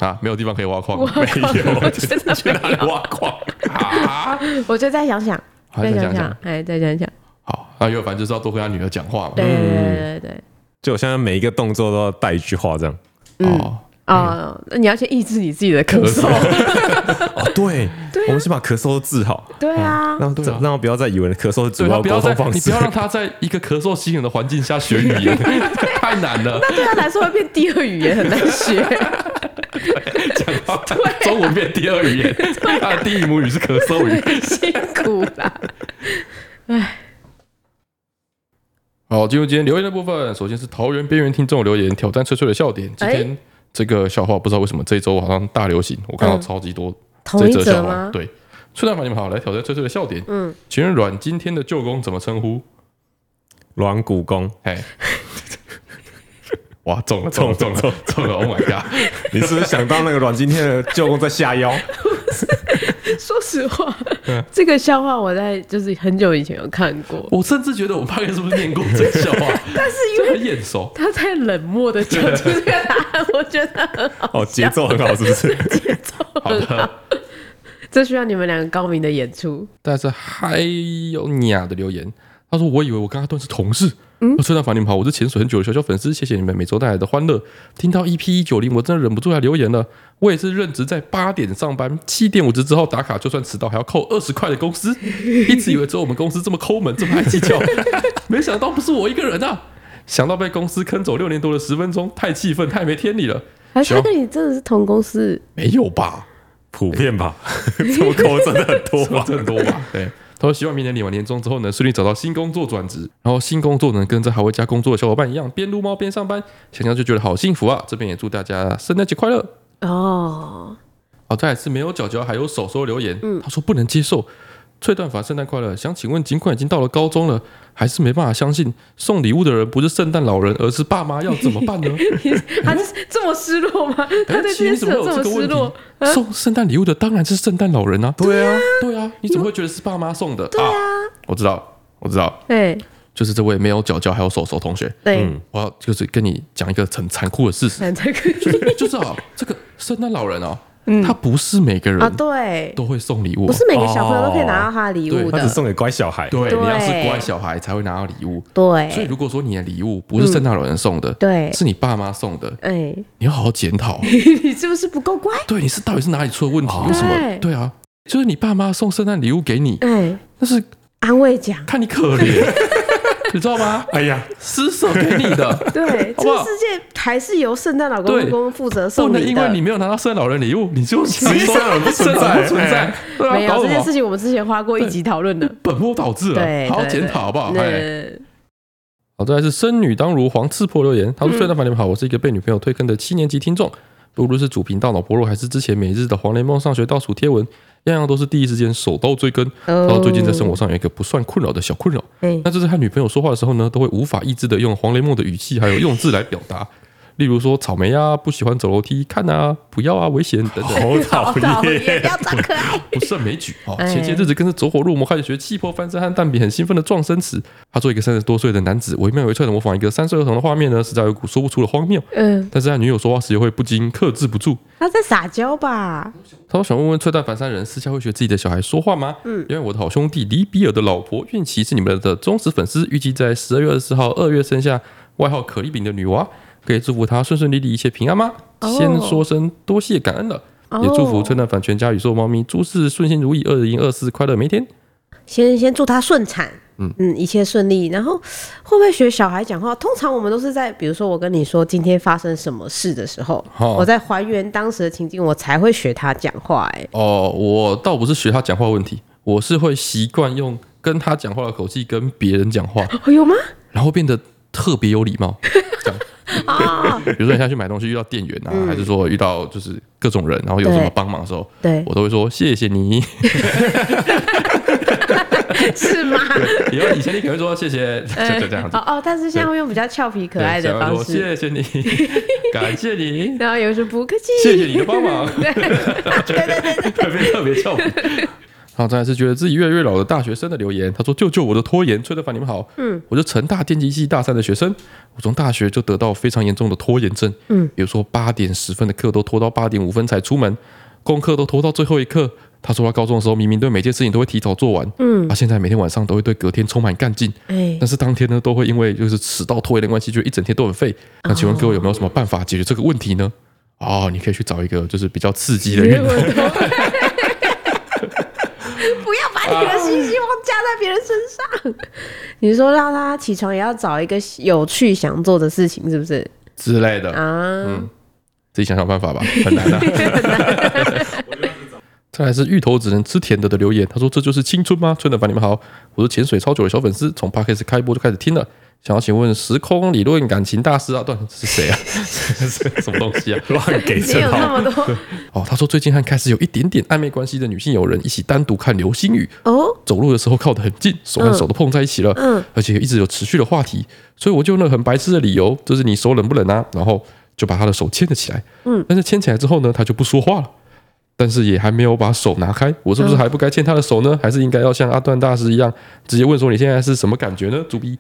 啊，没有地方可以挖 矿，
挖矿
没有，
我真的
去哪里挖矿 啊？
我就再想想，
还
再
是
想
想嗯
想
想，，
哎，再想想，
好，那有反正就是要多跟他女儿讲话嘛。哦
对对对对对，
就我现在每一个动作都要带一句话这样。
哦，
哦，那你要先抑制你自己的咳嗽，
哦，对，
对啊
我们先把咳嗽都治好，
对啊，
让
对啊
让我不要再以为咳嗽是主
对他
要
不要
沟
在
通方
你不
式
要。让他在一个咳嗽新人的环境下学语言， 太难了。
那对他来说会变第二语言，很难 学。
讲 话中文变第二语言，他的第一母语是咳嗽语。
很辛苦啦。
好，进入今天留言的部分，首先是桃园边缘听众留言挑战翠翠的笑点。
哎
今天这个笑话不知道为什么这一周好像大流行，我看到
嗯
超级多
同
这
一
则
则
笑话
吗。？
对，翠大凡你们好，来挑战翠翠的笑点。
嗯，
请问阮今天的舅公怎么称呼？
软骨功，
哎，哇，中了中了中
中
了中了！Oh my god！
你是不是想到那个阮经天的舅公在下 腰？
说实话，这个笑话我在就是很久以前有看过，
我甚至觉得我们大概是不是念过这个笑话？
但是因
就
为
很眼熟。
他太冷漠的讲出这个答案，我觉得很好
哦，节奏很好，是不 是？
好的，
这需要你们两个高明的演出。
但是还有鸟的留言，他说：“我以为我跟阿段是同事。”嗯，崔大凡你们好，我是潜水很久的小小粉丝，谢谢你们每周带来的欢乐。听到 EP 一九零，我真的忍不住来留言了。我也是任职在八点上班，七点五十之后打卡，就算迟到还要扣二十块的工资。一直以为只有我们公司这么抠门，这么爱计较， 没想到不是我一个人啊！想到被公司坑走六年多的十分钟，太气愤，太没天理了。
还是他
行
跟你真的是同公司？
没有吧？
普遍吧， 这么抠真的很多 吧？
很多 吧？对。他说希望明年领完年终之后呢，顺利找到新工作转职，然后新工作能跟在海威家工作的小伙伴一样，边撸猫边上班，想想就觉得好幸福啊！这边也祝大家圣诞节快乐。
哦，
好，再来是没有脚脚还有手手留言，
嗯
他说不能接受。翠断法圣诞快乐！想请问，尽管已经到了高中了，还是没办法相信送礼物的人不是圣诞老人，而是爸妈，要怎么 办呢？
他是这么失落吗？他对
哎
这
奇，
件
你怎
事
么
有
会有
这么
这个
失
问
落啊
题？？送圣诞礼物的当然是圣诞老人啊！
对啊，
对啊，你怎么会觉得是爸妈送的？对啊，我知道，我知道，
对
就是这位没有脚脚还有手手同学，
对，
嗯，
我要就是跟你讲一个很残酷的事实，
反正可以
就是啊，这个圣诞老人哦，他不是每个
嗯啊，
人
对，
都会送礼物，啊
不是每个小朋友都可以拿到他的礼物
他
的
只，送给乖小孩。
对
对
你要是乖小孩才会拿到礼物。所以
对，嗯
如果说你的礼物不是圣诞老人送的，
对
是你爸妈送的，
哎，
你要好好检 讨，
你是不是不够乖？
对，你是到底是哪里出了问题？为什么？
哦对
对啊，就是你爸妈送圣诞礼物给你，
哎，
那是
安慰奖，
看你 可怜，你知道吗？
哎呀，
施舍给你 的，
对，
好
这
不好
个世界还是由圣诞老
对
公公负责
不
送
能
礼
因为你
的。
没有拿到圣诞老人礼物，你就
实际上
圣诞老人不
存在
不存在
哎，
对
没
啊，
有
搞
这
什
件事
么？
情，我们之前花过一集讨论的。
本末倒置
对，
了，啊好好
对
检讨好不好？
对
哎。
对
好，再来是生女当如黄刺破留言，他说：“最大凡你们好，我是一个被女朋友推坑的七年级听众，无论是主频道脑薄弱，还是之前每日的黄连梦上学倒数贴文，样样都是第一时间手到追根。
哦
然后最近在生活上有一个不算困扰的小困扰，
哎
那就是和女朋友说话的时候呢，都会无法抑制的用黄连梦的语气还有用字来表达，例如说草莓啊，不喜欢走楼梯，看啊，不要啊，危险等等。”
好
好
讨
讨
厌
厌，不。要装可爱。
不胜枚举哦。
哎
前些日子更是走火入魔，开始学气魄翻身和蛋比很兴奋的撞声词。他做一个三十多岁的男子，惟妙惟肖的模仿一个三岁儿童的画面呢，实在有股说不出的荒谬。
嗯，
但是他女友说话时又会不禁克制不住。
他在撒娇吧？
他说：“想问问崔蛋凡三人私下会学自己的小孩说话吗？嗯，因为我的好兄弟李比尔的老婆运琪是你们的忠实粉丝，预计在十二月二十四号二月生下外号可丽饼的女娃，可以祝福她顺顺利利，一切平安吗？
哦
先说声多谢感恩了。”也祝福崔
哦
蛋凡全家与所有猫咪诸事顺心如意，二零二四快乐每一天。
先先祝他顺产，嗯一切顺利。然后会不会学小孩讲话？通常我们都是在，比如说我跟你说今天发生什么事的时候，
哦
我在还原当时的情境，我才会学他讲话、哎，
哦，我倒不是学他讲话问题，我是会习惯用跟他讲话的口气跟别人讲话，
哦，有吗？
然后变得特别有礼貌。这样，
啊、
比如说你下去买东西遇到店员啊，还是说遇到就是各种人，然后有什么
嗯对
帮忙的时候，
对，
我都会说谢谢 你。
是吗？
以后以前你可能会说谢谢，
哎
就就这样子
哦。哦，但是现在会用比较俏皮可爱
对
的
然后
方
说
式，
谢谢你， 感谢你，
然后有时候不客气，
谢谢你的帮 忙。
对对对对
特别特别俏皮。 然后再来是觉得自己越来越老的大学生的留言，他说：“救救我的拖延，崔德凡你们好，嗯，我就成大电机系大三的学生，我从大学就得到非常严重的拖延症，嗯，比如说八点十分的课都拖到八点五分才出门，功课都拖到最后一刻。他说他高中的时候明明对每件事情都会提早做完，嗯，他现在每天晚上都会对隔天充满干劲，
哎
但是当天呢都会因为就是迟到拖延的关系，就一整天都很废。那请问各位有没有什么办法解决这个问题呢？哦，你可以去找一个就是比较刺激的运动。”
不要把你的新希望加在别人身上。 你说让他起床也要找一个有趣想做的事情，是不是
之类的，
啊？
嗯自己想想办法吧，很难的、啊再来是芋头只能吃甜的的留言，他说：“这就是青春吗？”春的凡你们好，我是潜水超久的小粉丝，从 p 开始开播就开始听了。想要请问时空理论感情大师啊，段是谁啊？ 什么东西啊？
乱给
没有
称
那
号，
么多
哦，他说最近和开始有一点点暧昧关系的女性友人一起单独看流星雨，
哦，
走路的时候靠得很近，手和手都碰在一起了，而且一直有持续的话题，所以我就用了很白痴的理由，就是你手冷不冷啊？然后就把他的手牵了起来，嗯，但是牵起来之后呢，他就不说话了，但是也还没有把手拿开，我是不是还不该牵他的手呢？还是应该要像阿段大师一样，直接问说你现在是什么感觉呢？猪逼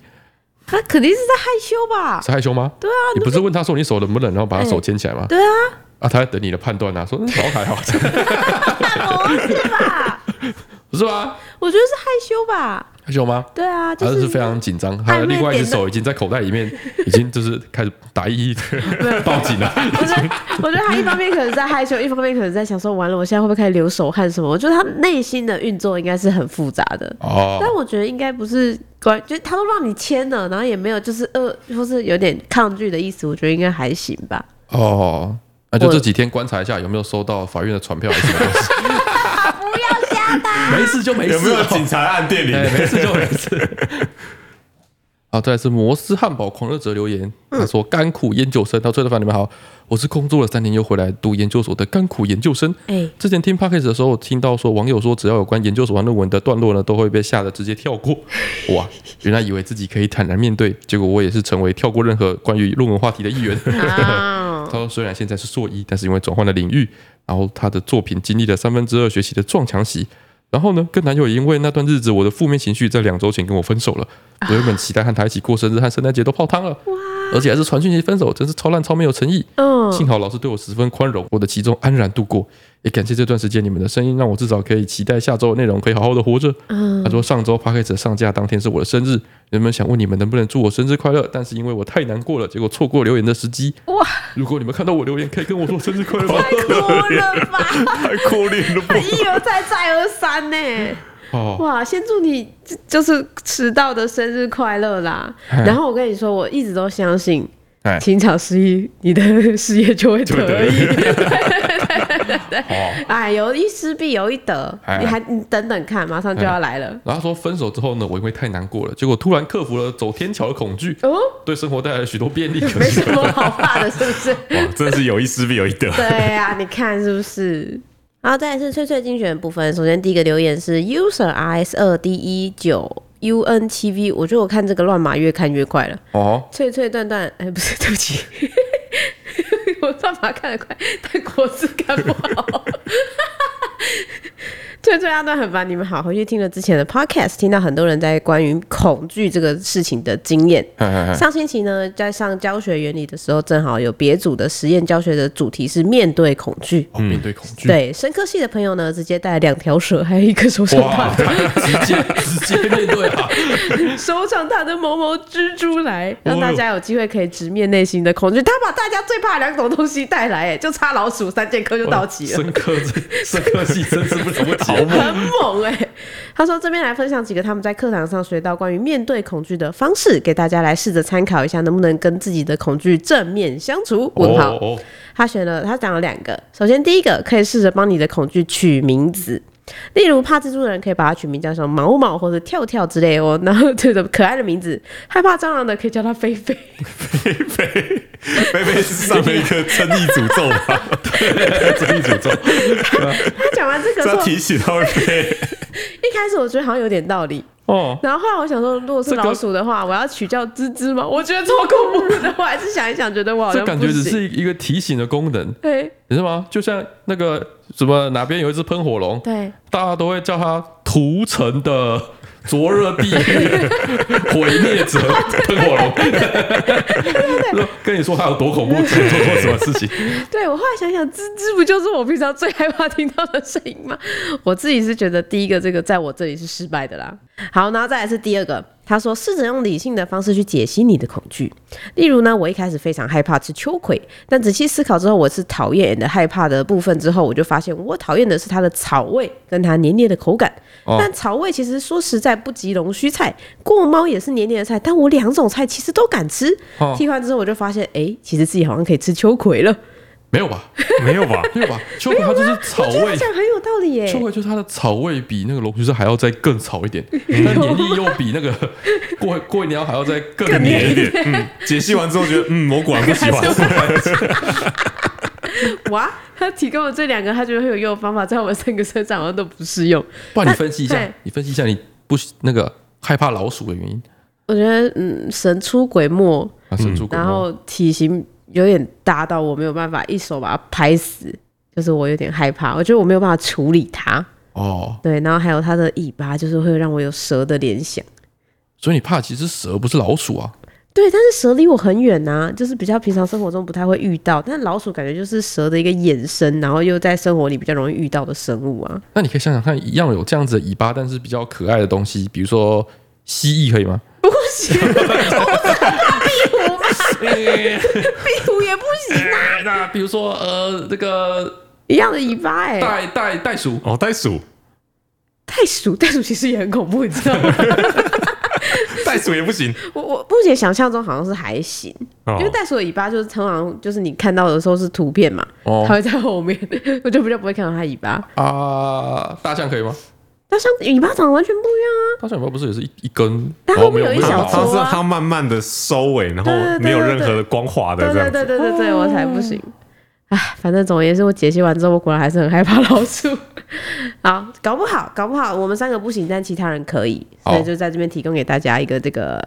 他肯定是在害羞吧？
是害羞吗？对啊，哎你不是问他说你手冷不冷，然后把他手牵起来吗？
对啊，
啊，他在等你的判断啊， 说嗯，好像还好，
不哦是吧？
不是吧？
我觉得是害羞吧？
害羞吗？
对啊，
他
就是
非常紧张，他的另外一只手已经在口袋里面，已经就是开始打一一报警了。
我觉得， 我觉得他一方面可能在害羞，一方面可能在想说，完了，我现在会不会开始流手汗什么？我觉得他内心的运作应该是很复杂的。
哦，
但我觉得应该不是关，就是他都让你签了，然后也没有就是呃，或是有点抗拒的意思，我觉得应该还行吧。
哦，那就
我
这几天观察一下有没有收到法院的传票还是什么东西。不要吓他， 没事就没
有没
事
有
哦，
警察按店里？
哎没事就没事。 好，再来是摩斯汉堡狂热者留言，他说：“甘苦研究生，到崔德凡，你们好，我是工作了三年又回来读研究所的甘苦研究生。
哎
之前听 podcast 的时候，我听到说网友说，只要有关研究所和论文的段落呢，都会被吓得直接跳过。哇，原来以为自己可以坦然面对，结果我也是成为跳过任何关于论文话题的一员。
啊
他，说，虽然现在是硕一，但是因为转换了领域，然后他的作品经历了三分之二学期的撞墙期。然后呢，跟男友也因为那段日子我的负面情绪，在两周前跟我分手了。我原本期待和他一起过生日和圣诞节都泡汤了，而且还是传讯息分手，真是超烂、超没有诚意。
嗯，
幸好老师对我十分宽容，我的其中安然度过。也感谢这段时间你们的声音，让我至少可以期待下周的内容，可以好好的活着。他说上周 p o d c a 上架当天是我的生日，原本想问你们能不能祝我生日快乐，但是因为我太难过了，结果错过留言的时机。
哇！
如果你们看到我留言，可以跟我说生日快 乐吗？
哭了吧，
太可怜了吧？
一而再，再而三呢、
哦，
哇，先祝你就就是迟到的生日快乐啦！
嗯
然后我跟你说，我一直都相信
哎，
情场失意，你的事业就会得意。
哦。
哎，有一失必有一得，
哎
你还你等等看，马上就要来了。
然后他说分手之后呢，我因为太难过了，结果突然克服了走天桥的恐惧，
哦，
对生活带来了许多便利。
没什么好怕的，是不是？
哇，真的是有一失必有一得。
对呀、你看是不是？
好，再来是翠翠精选的部分。首先第一个留言是 user r s 二 d 一九
U N 七 V，我觉得我看这个乱码越看越快了。
哦，
脆脆断断，哎，不是，对 不起，我乱码看得快，但国字看不好。脆脆阿段很烦，你们好，回去听了之前的 podcast，听到很多人在关于恐惧这个事情的经验。
哎哎哎
上星期呢，在上教学原理的时候，正好有别组的实验教学的主题是面对恐惧。
哦面对恐惧，
对，生科系的朋友呢，直接带两条蛇，还有一个手掌
哇，
大
直接直接面对啊！
手掌大的毛毛蜘蛛来，让大家有机会可以直面内心的恐惧。他把大家最怕的两种东西带来，哎，就差老鼠三剑客就 到齐了。
深刻这深刻系真是不啊怎么好
很猛哎、他说这边来分享几个他们在课堂上学到关于面对恐惧的方式，给大家来试着参考一下，能不能跟自己的恐惧正面相处？问号。
哦哦
他选了，他讲了两个。首先，第一个可以试着帮你的恐惧取名字，例如怕蜘蛛的人可以把它取名叫什么毛毛或者跳跳之类哦，然后这种可爱的名字。害怕蟑螂的可以叫它菲菲。
菲菲是上了一个争议诅咒 吧？争议诅咒，
他讲完这个
这
之
要
后，
提起到菲。
一开始我觉得好像有点道理，
哦，
然后后来我想说，如果是
这个
老鼠的话，我要取叫吱吱吗？我觉得超恐怖的，我还是想一想，觉得我好像
这
不
感
行。
觉只是一个提醒的功能，
对
你知道吗？就像那个什么哪边有一只喷火龙，
对，
大家都会叫它屠城的灼热地狱毁灭者喷火龙。跟你说它有多恐怖，做过什么事情？
对我后来想想，吱吱不就是我平常最害怕听到的声音吗？我自己是觉得第一个这个在我这里是失败的啦。好，然后再来是第二个，他说试着用理性的方式去解析你的恐惧。例如呢，我一开始非常害怕吃秋葵，但仔细思考之后，我是讨厌的害怕的部分之后，我就发现我讨厌的是它的草味跟它黏黏的口感。
哦
但草味其实说实在不及龙须菜，过猫也是黏黏的菜，但我两种菜其实都敢吃。
哦
替换之后，我就发现，哎，其实自己好像可以吃秋葵了。
没有吧？
没 有吧？
没有吧？秋葵它就是草
我觉得他
味。
哦讲很有道理耶。
秋葵就是它的草味比那个龙须菜还要再更草 一点，但黏腻又比那个过过年还要再更
黏
黏
一。点。 嗯，解析完之后觉得，嗯，我果然不喜欢。
哇，他提供的这两个他觉得很有用的方法，在我们三个身上好像都不适用。
不然你分析一下
对，
你分析一下你不喜那个害怕老鼠的原因
我觉得，嗯，神出鬼没，
啊，神出
嗯
鬼
然
没。
后体型有点大到我没有办法一手把它拍死，就是我有点害怕，我觉得我没有办法处理它。
哦，
对，然后还有它的尾巴，就是会让我有蛇的联想。
所以你怕其实蛇不是老鼠啊。
对，但是蛇离我很远呐、就是比较平常生活中不太会遇到，但老鼠感觉就是蛇的一个衍生，然后又在生活里比较容易遇到的生物啊。
那你可以想想看，一样有这样子的尾巴，但是比较可爱的东西，比如说蜥蜴，可 以吗？
不行，我不是壁虎嘛，壁虎也不行，
哎那比如说呃，那个
一样的尾巴哎、
袋袋袋鼠，
哦，袋鼠，
袋鼠，袋鼠其实也很恐怖，你知道吗？
袋鼠也不行。
我我目前想象中好像是还行，
哦
因为袋鼠的尾巴就是通常就是你看到的时候是图片嘛，
哦
它会在后面， 我就比较不会看到它尾巴。
啊，大象可以吗？
它像尾巴长得完全不一样啊，
大象尾巴不是也是一一根？
它
哦
后
没
面
有
有一
没有
小
毛
撮
它是它慢慢的收尾，然后
对对对
没有任何的光滑的
对
这
对
样
对
子。
对对对，我才不行。唉，反正总而言之，我解析完之后，我果然还是很害怕老鼠。好，搞不好，搞不好我们三个不行，但其他人可以，
好
所以就在这边提供给大家一个这个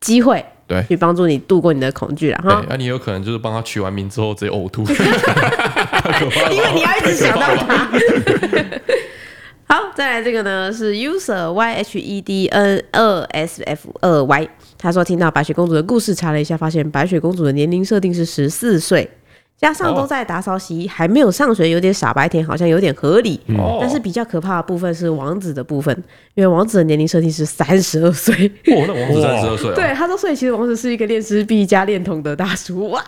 机会，
对
哎
去帮助你度过你的恐惧了
对
哈。
那、你有可能就是帮他取完名之后 直接呕吐，
因为你要一直想到它。好，再来这个呢是 user y h e d n 二 s f 二 y，他说听到白雪公主的故事，查了一下，发现白雪公主的年龄设定是十四岁，加上都在打扫洗衣，还没有上学，有点傻白甜，好像有点合理。
哦
但是比较可怕的部分是王子的部分，因为王子的年龄设定是三十二岁。
哇，那王子
哇
三十二岁啊，
对，他说，所以其实王子是一个恋尸癖加恋童的大叔哇。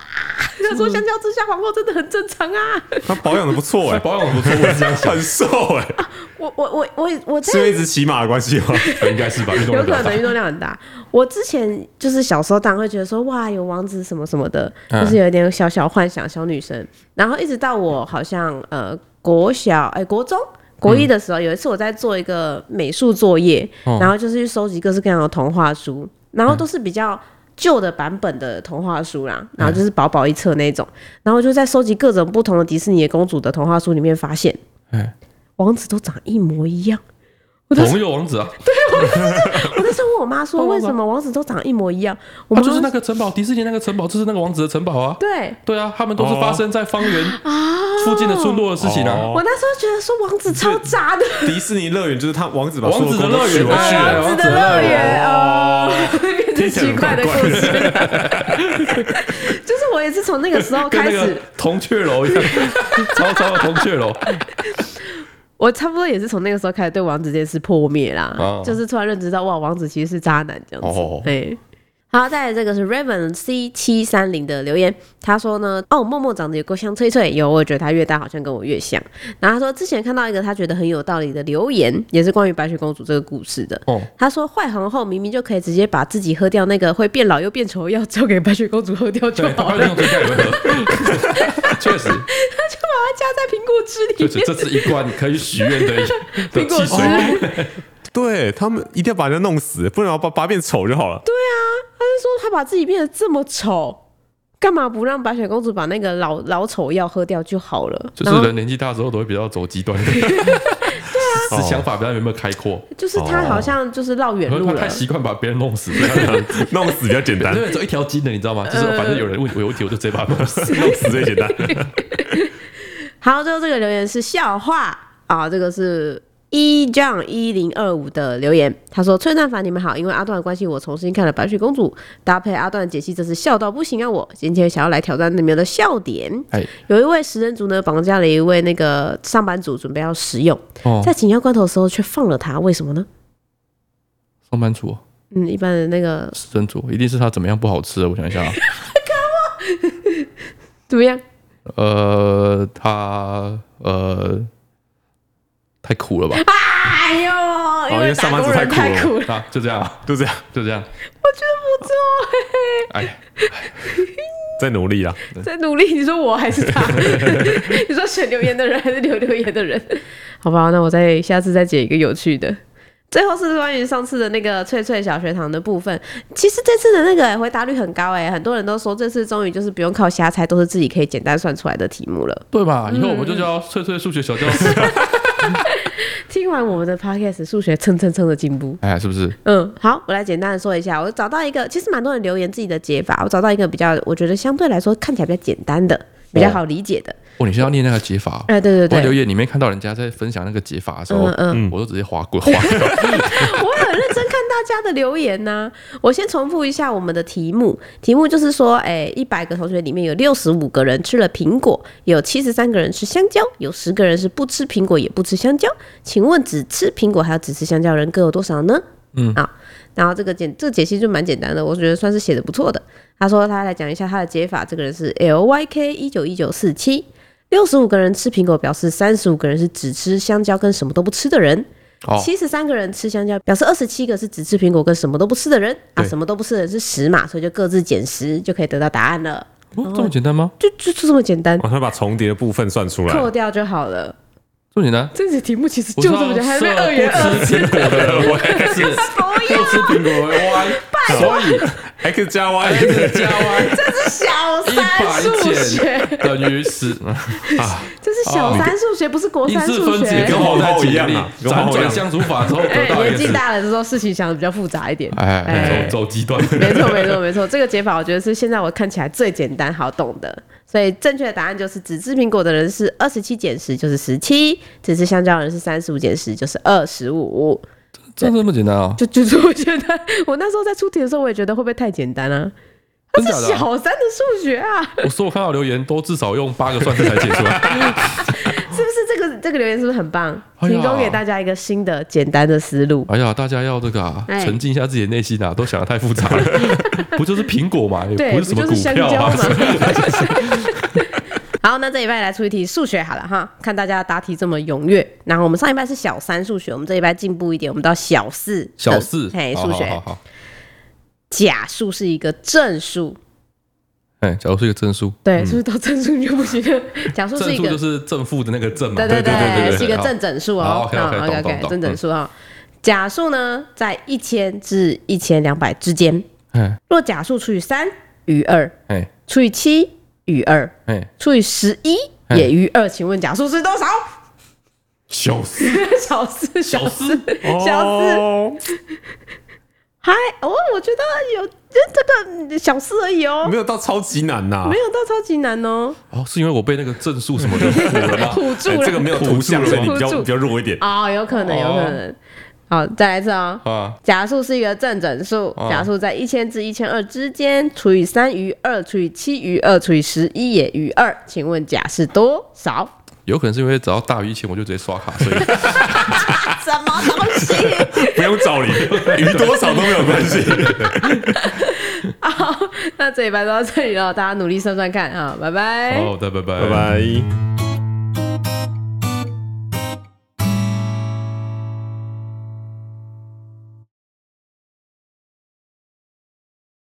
他说，相较之下，皇后真的很正常啊。
他保养的不错 哎，
保养不错，我是这样想，
很瘦 哎，
我我我我我在
是因为一直骑马的关 系吗？哦
应该是吧，运动
有
量比
可
较大
能。运动量很大。我之前就是小时候，当然会觉得说哇，有王子什么什么的，
嗯
就是有点小小幻想小女生。然后一直到我好像呃国小哎、国中。国一的时候，有一次我在做一个美术作业，
嗯
然后就是去收集各式各样的童话书，然后都是比较旧的版本的童话书啦，
嗯
然后就是薄薄一册那种，然后就在收集各种不同的迪士尼的公主的童话书里面，发现
哎，
王子都长一模一样。 我当时
红柚王子啊，
我那时候问我妈说，为什么王子都长一模一样？我
他
妈
哦就是那个城堡，迪士尼那个城堡，就是那个王子的城堡啊。
对。
对啊，他们都是发生在方圆
啊
附近的村落的事情啊。
哦
我那时候觉得说王子超渣的，
迪士尼乐园就是他王子把所
王
有
子的
公主
乐
娶
园，
回去
哎
了
王
王
子
子
的
的
乐
乐
园
园，
哦，变成奇怪的故
听
事
起。
就是我也是从那个时候
跟
开
那个
始，
铜雀楼一样， 超超的铜雀楼。
我差不多也是从那个时候开始对王子这件事破灭啦
哦，
就是突然认知到哇，王子其实是渣男这样子
哦。
对，好，再来这个是 Raven C 七三零的留言，他说呢，哦，默默长得也够香脆脆，有，我也觉得他越大好像跟我越像。然后他说之前看到一个他觉得很有道理的留言，也是关于白雪公主这个故事的。
哦
他说坏皇后明明就可以直接把自己喝掉那个会变老又变丑的药交给白雪公主喝掉就
对，哎他
好
拍
了，
那种嘴盖也会喝， 确实，
他就把它加在苹果汁里
确
面。
实，这是一罐可以许愿的的
苹果
汽
汁，
水。
他
对他们一定要把人家弄死，不然把把他变丑就好了。
就说他把自己变得这么丑，干嘛不让白雪公主把那个老老丑药喝掉就好了？
就
然后
是人年纪大之后都会比较走极 端，对 啊，思想法比较没那么开阔，
就是他好像就是绕远
可能
路
哦他
了
太。习惯把别人弄死，这 样子
弄死比较简单
因，为走一条筋的，你知道吗？就是反正有人问我有问题，我就直接把他 弄死。
弄死最简单。
好，最后这个留言是笑话啊，这个是。一 John 一零二五的留言，他说：“崔蛋凡，你们好，因为阿段的关系，我重新看了《白雪公主》，搭配阿段的解析，真是笑到不行啊！我今天想要来挑战你们的笑点。
哎，
有一位食人族呢，绑架了一位那个上班族，准备要食用，
哦
在紧要关头的时候却放了他，为什么呢？
上班族、
嗯，一般的那个
食人族，一定是他怎么样不好吃的。我想一下啊，
怎么样？
呃，他呃太苦了吧？
哎呦，因
哦因
为
为
打
上班
工
族
人
太
太
苦了
苦了，
啊，就这样啊，
就这样，
就这样。
我觉得不错、
哎呀，
在努力啦。啊
在努力。你说我还是 他？你说选留言的人还是留留言的人？好吧，那我再下次再解一个有趣的。最后是关于上次的那个翠翠小学堂的部分，其实这次的那个、回答率很高哎、很多人都说这次终于就是不用靠瞎猜，都是自己可以简单算出来的题目了。
对吧？以后我们就叫翠翠数学小教室，
听完我们的 podcast，数学蹭蹭蹭的进步。
哎，是不是？
嗯，好，我来简单的说一下，我找到一个，其实蛮多人留言自己的解法，我找到一个比较，我觉得相对来说看起来比较简单的，比较好理解的。
哦，你是要念那个解 法哦？
哎、对对
我在留
对，
言里面看到人家在分享那个解法的时候
嗯，嗯，
我就直接划过划
我
掉。
很认真看大家的留言呐、我先重复一下我们的题目，题目就是说，哎、1一百个同学里面有六十五个人吃了苹果，有七十三个人吃香蕉，有十个人是不吃苹果也不吃香蕉。请问只吃苹果还有只吃香蕉的人各有多少呢？嗯，好，然后这个简这个解析就蛮简单的，我觉得算是写的不错的。他说他来讲一下他的解法，这个人是 L Y K 一九一九四七。六十五个人吃苹果，表示三十五个人是只吃香蕉跟什么都不吃的人。
哦，
七十三个人吃香蕉，表示二十七个是只吃苹果跟什么都不吃的人啊，
对
什么都不吃的人是十嘛，所以就各自减十，就可以得到答案了，
哦这么简单吗？
就就就这么简单，
哦，他把重叠的部分算出来
扣，掉就好了。
这么简单？
这题题目其实
我
就
知
这
道
么简单，还
哦是
被二元二
不吃苹果的人，我也是不 吃苹果哎的 Y，所以
x 加 y
X 加 Y
小三数
一百
学，
减等于十，
这是小三数学，不是国
因
三
式
数
分
学。
解跟皇太
跟皇
极
后一样啊跟皇
辗
后一样
转相除法之后
哎
得，到一
年
个
纪
字。
大了之后，事情想的比较复杂一点。
哎，
哎
走走极端，
没错，没错，没错。这个解法我觉得是现在我看起来最简单好懂的。所以正确的答案就是只吃苹果的人是二十七减十就是十七，只吃香蕉的人是三十五减十就是二十五。
真的这么简单啊？
就就是我觉得我那时候在出题的时候，我也觉得会不会太简单啊？它
真
是
假的啊、
小三的数学啊，
我所有看到留言都至少用八个算式才解出来。
是不是？这个这个留言是不是很棒？
哎呀
提供给大家一个新的简单的思路。
哎呀，大家要这个啊，
哎
沉浸一下自己的内心啊，都想的太复杂 了。不就是苹果嘛，也
对，
不是什么
就
股
是香
票
蕉
啊
嘛。。 好，那这礼拜来出一题数学好了哈，看大家答题这么踊跃。然后我们上一拜是小三数学，我们这一拜进步一点，我们到小四的。
小 四，
嘿，
好
哎数
好好
学
好，
假数是一个正数，
哎，假如是一个正数，
对，是不是到正数就不 行了？假数
嗯正
是一
数
个
就，是正负的那个正嘛，
对
对对
是一个
好
正整数哦。
好，OK，OK，
嗯
懂懂懂
正整数哦。假数呢，在一千至一千两百之间。
哎
若假数除以三余二，
哎
除以七余二，
哎，
除以十一
嗯
也余二，请问假数是多少？
小四，
小四，
小
四哦
四，
小四，
哦
嗨，哦，我觉得有这这个小四而已哦
没，有到超级难呐
没，有到超级难哦。
哦，是因为我被那个正数什么的 唬了吗？
唬住
哎
了，
这个没有图像，所以你比较
唬住
比较弱一点。
哦，有可能，有可能。好，再来一次哦。
啊，
假数是一个正整数，
哦
假数在一千至一千二之间，除以三余二，除以七余二，除以十一也余二，请问假是多少？
有可能是因为只要大于一千我就直接刷卡， 所以
什么东西？
不用找你，余多少都没有关系。
好，那这一班就到这里了，大家努力算算看啊，拜拜。
好的，拜拜
拜拜。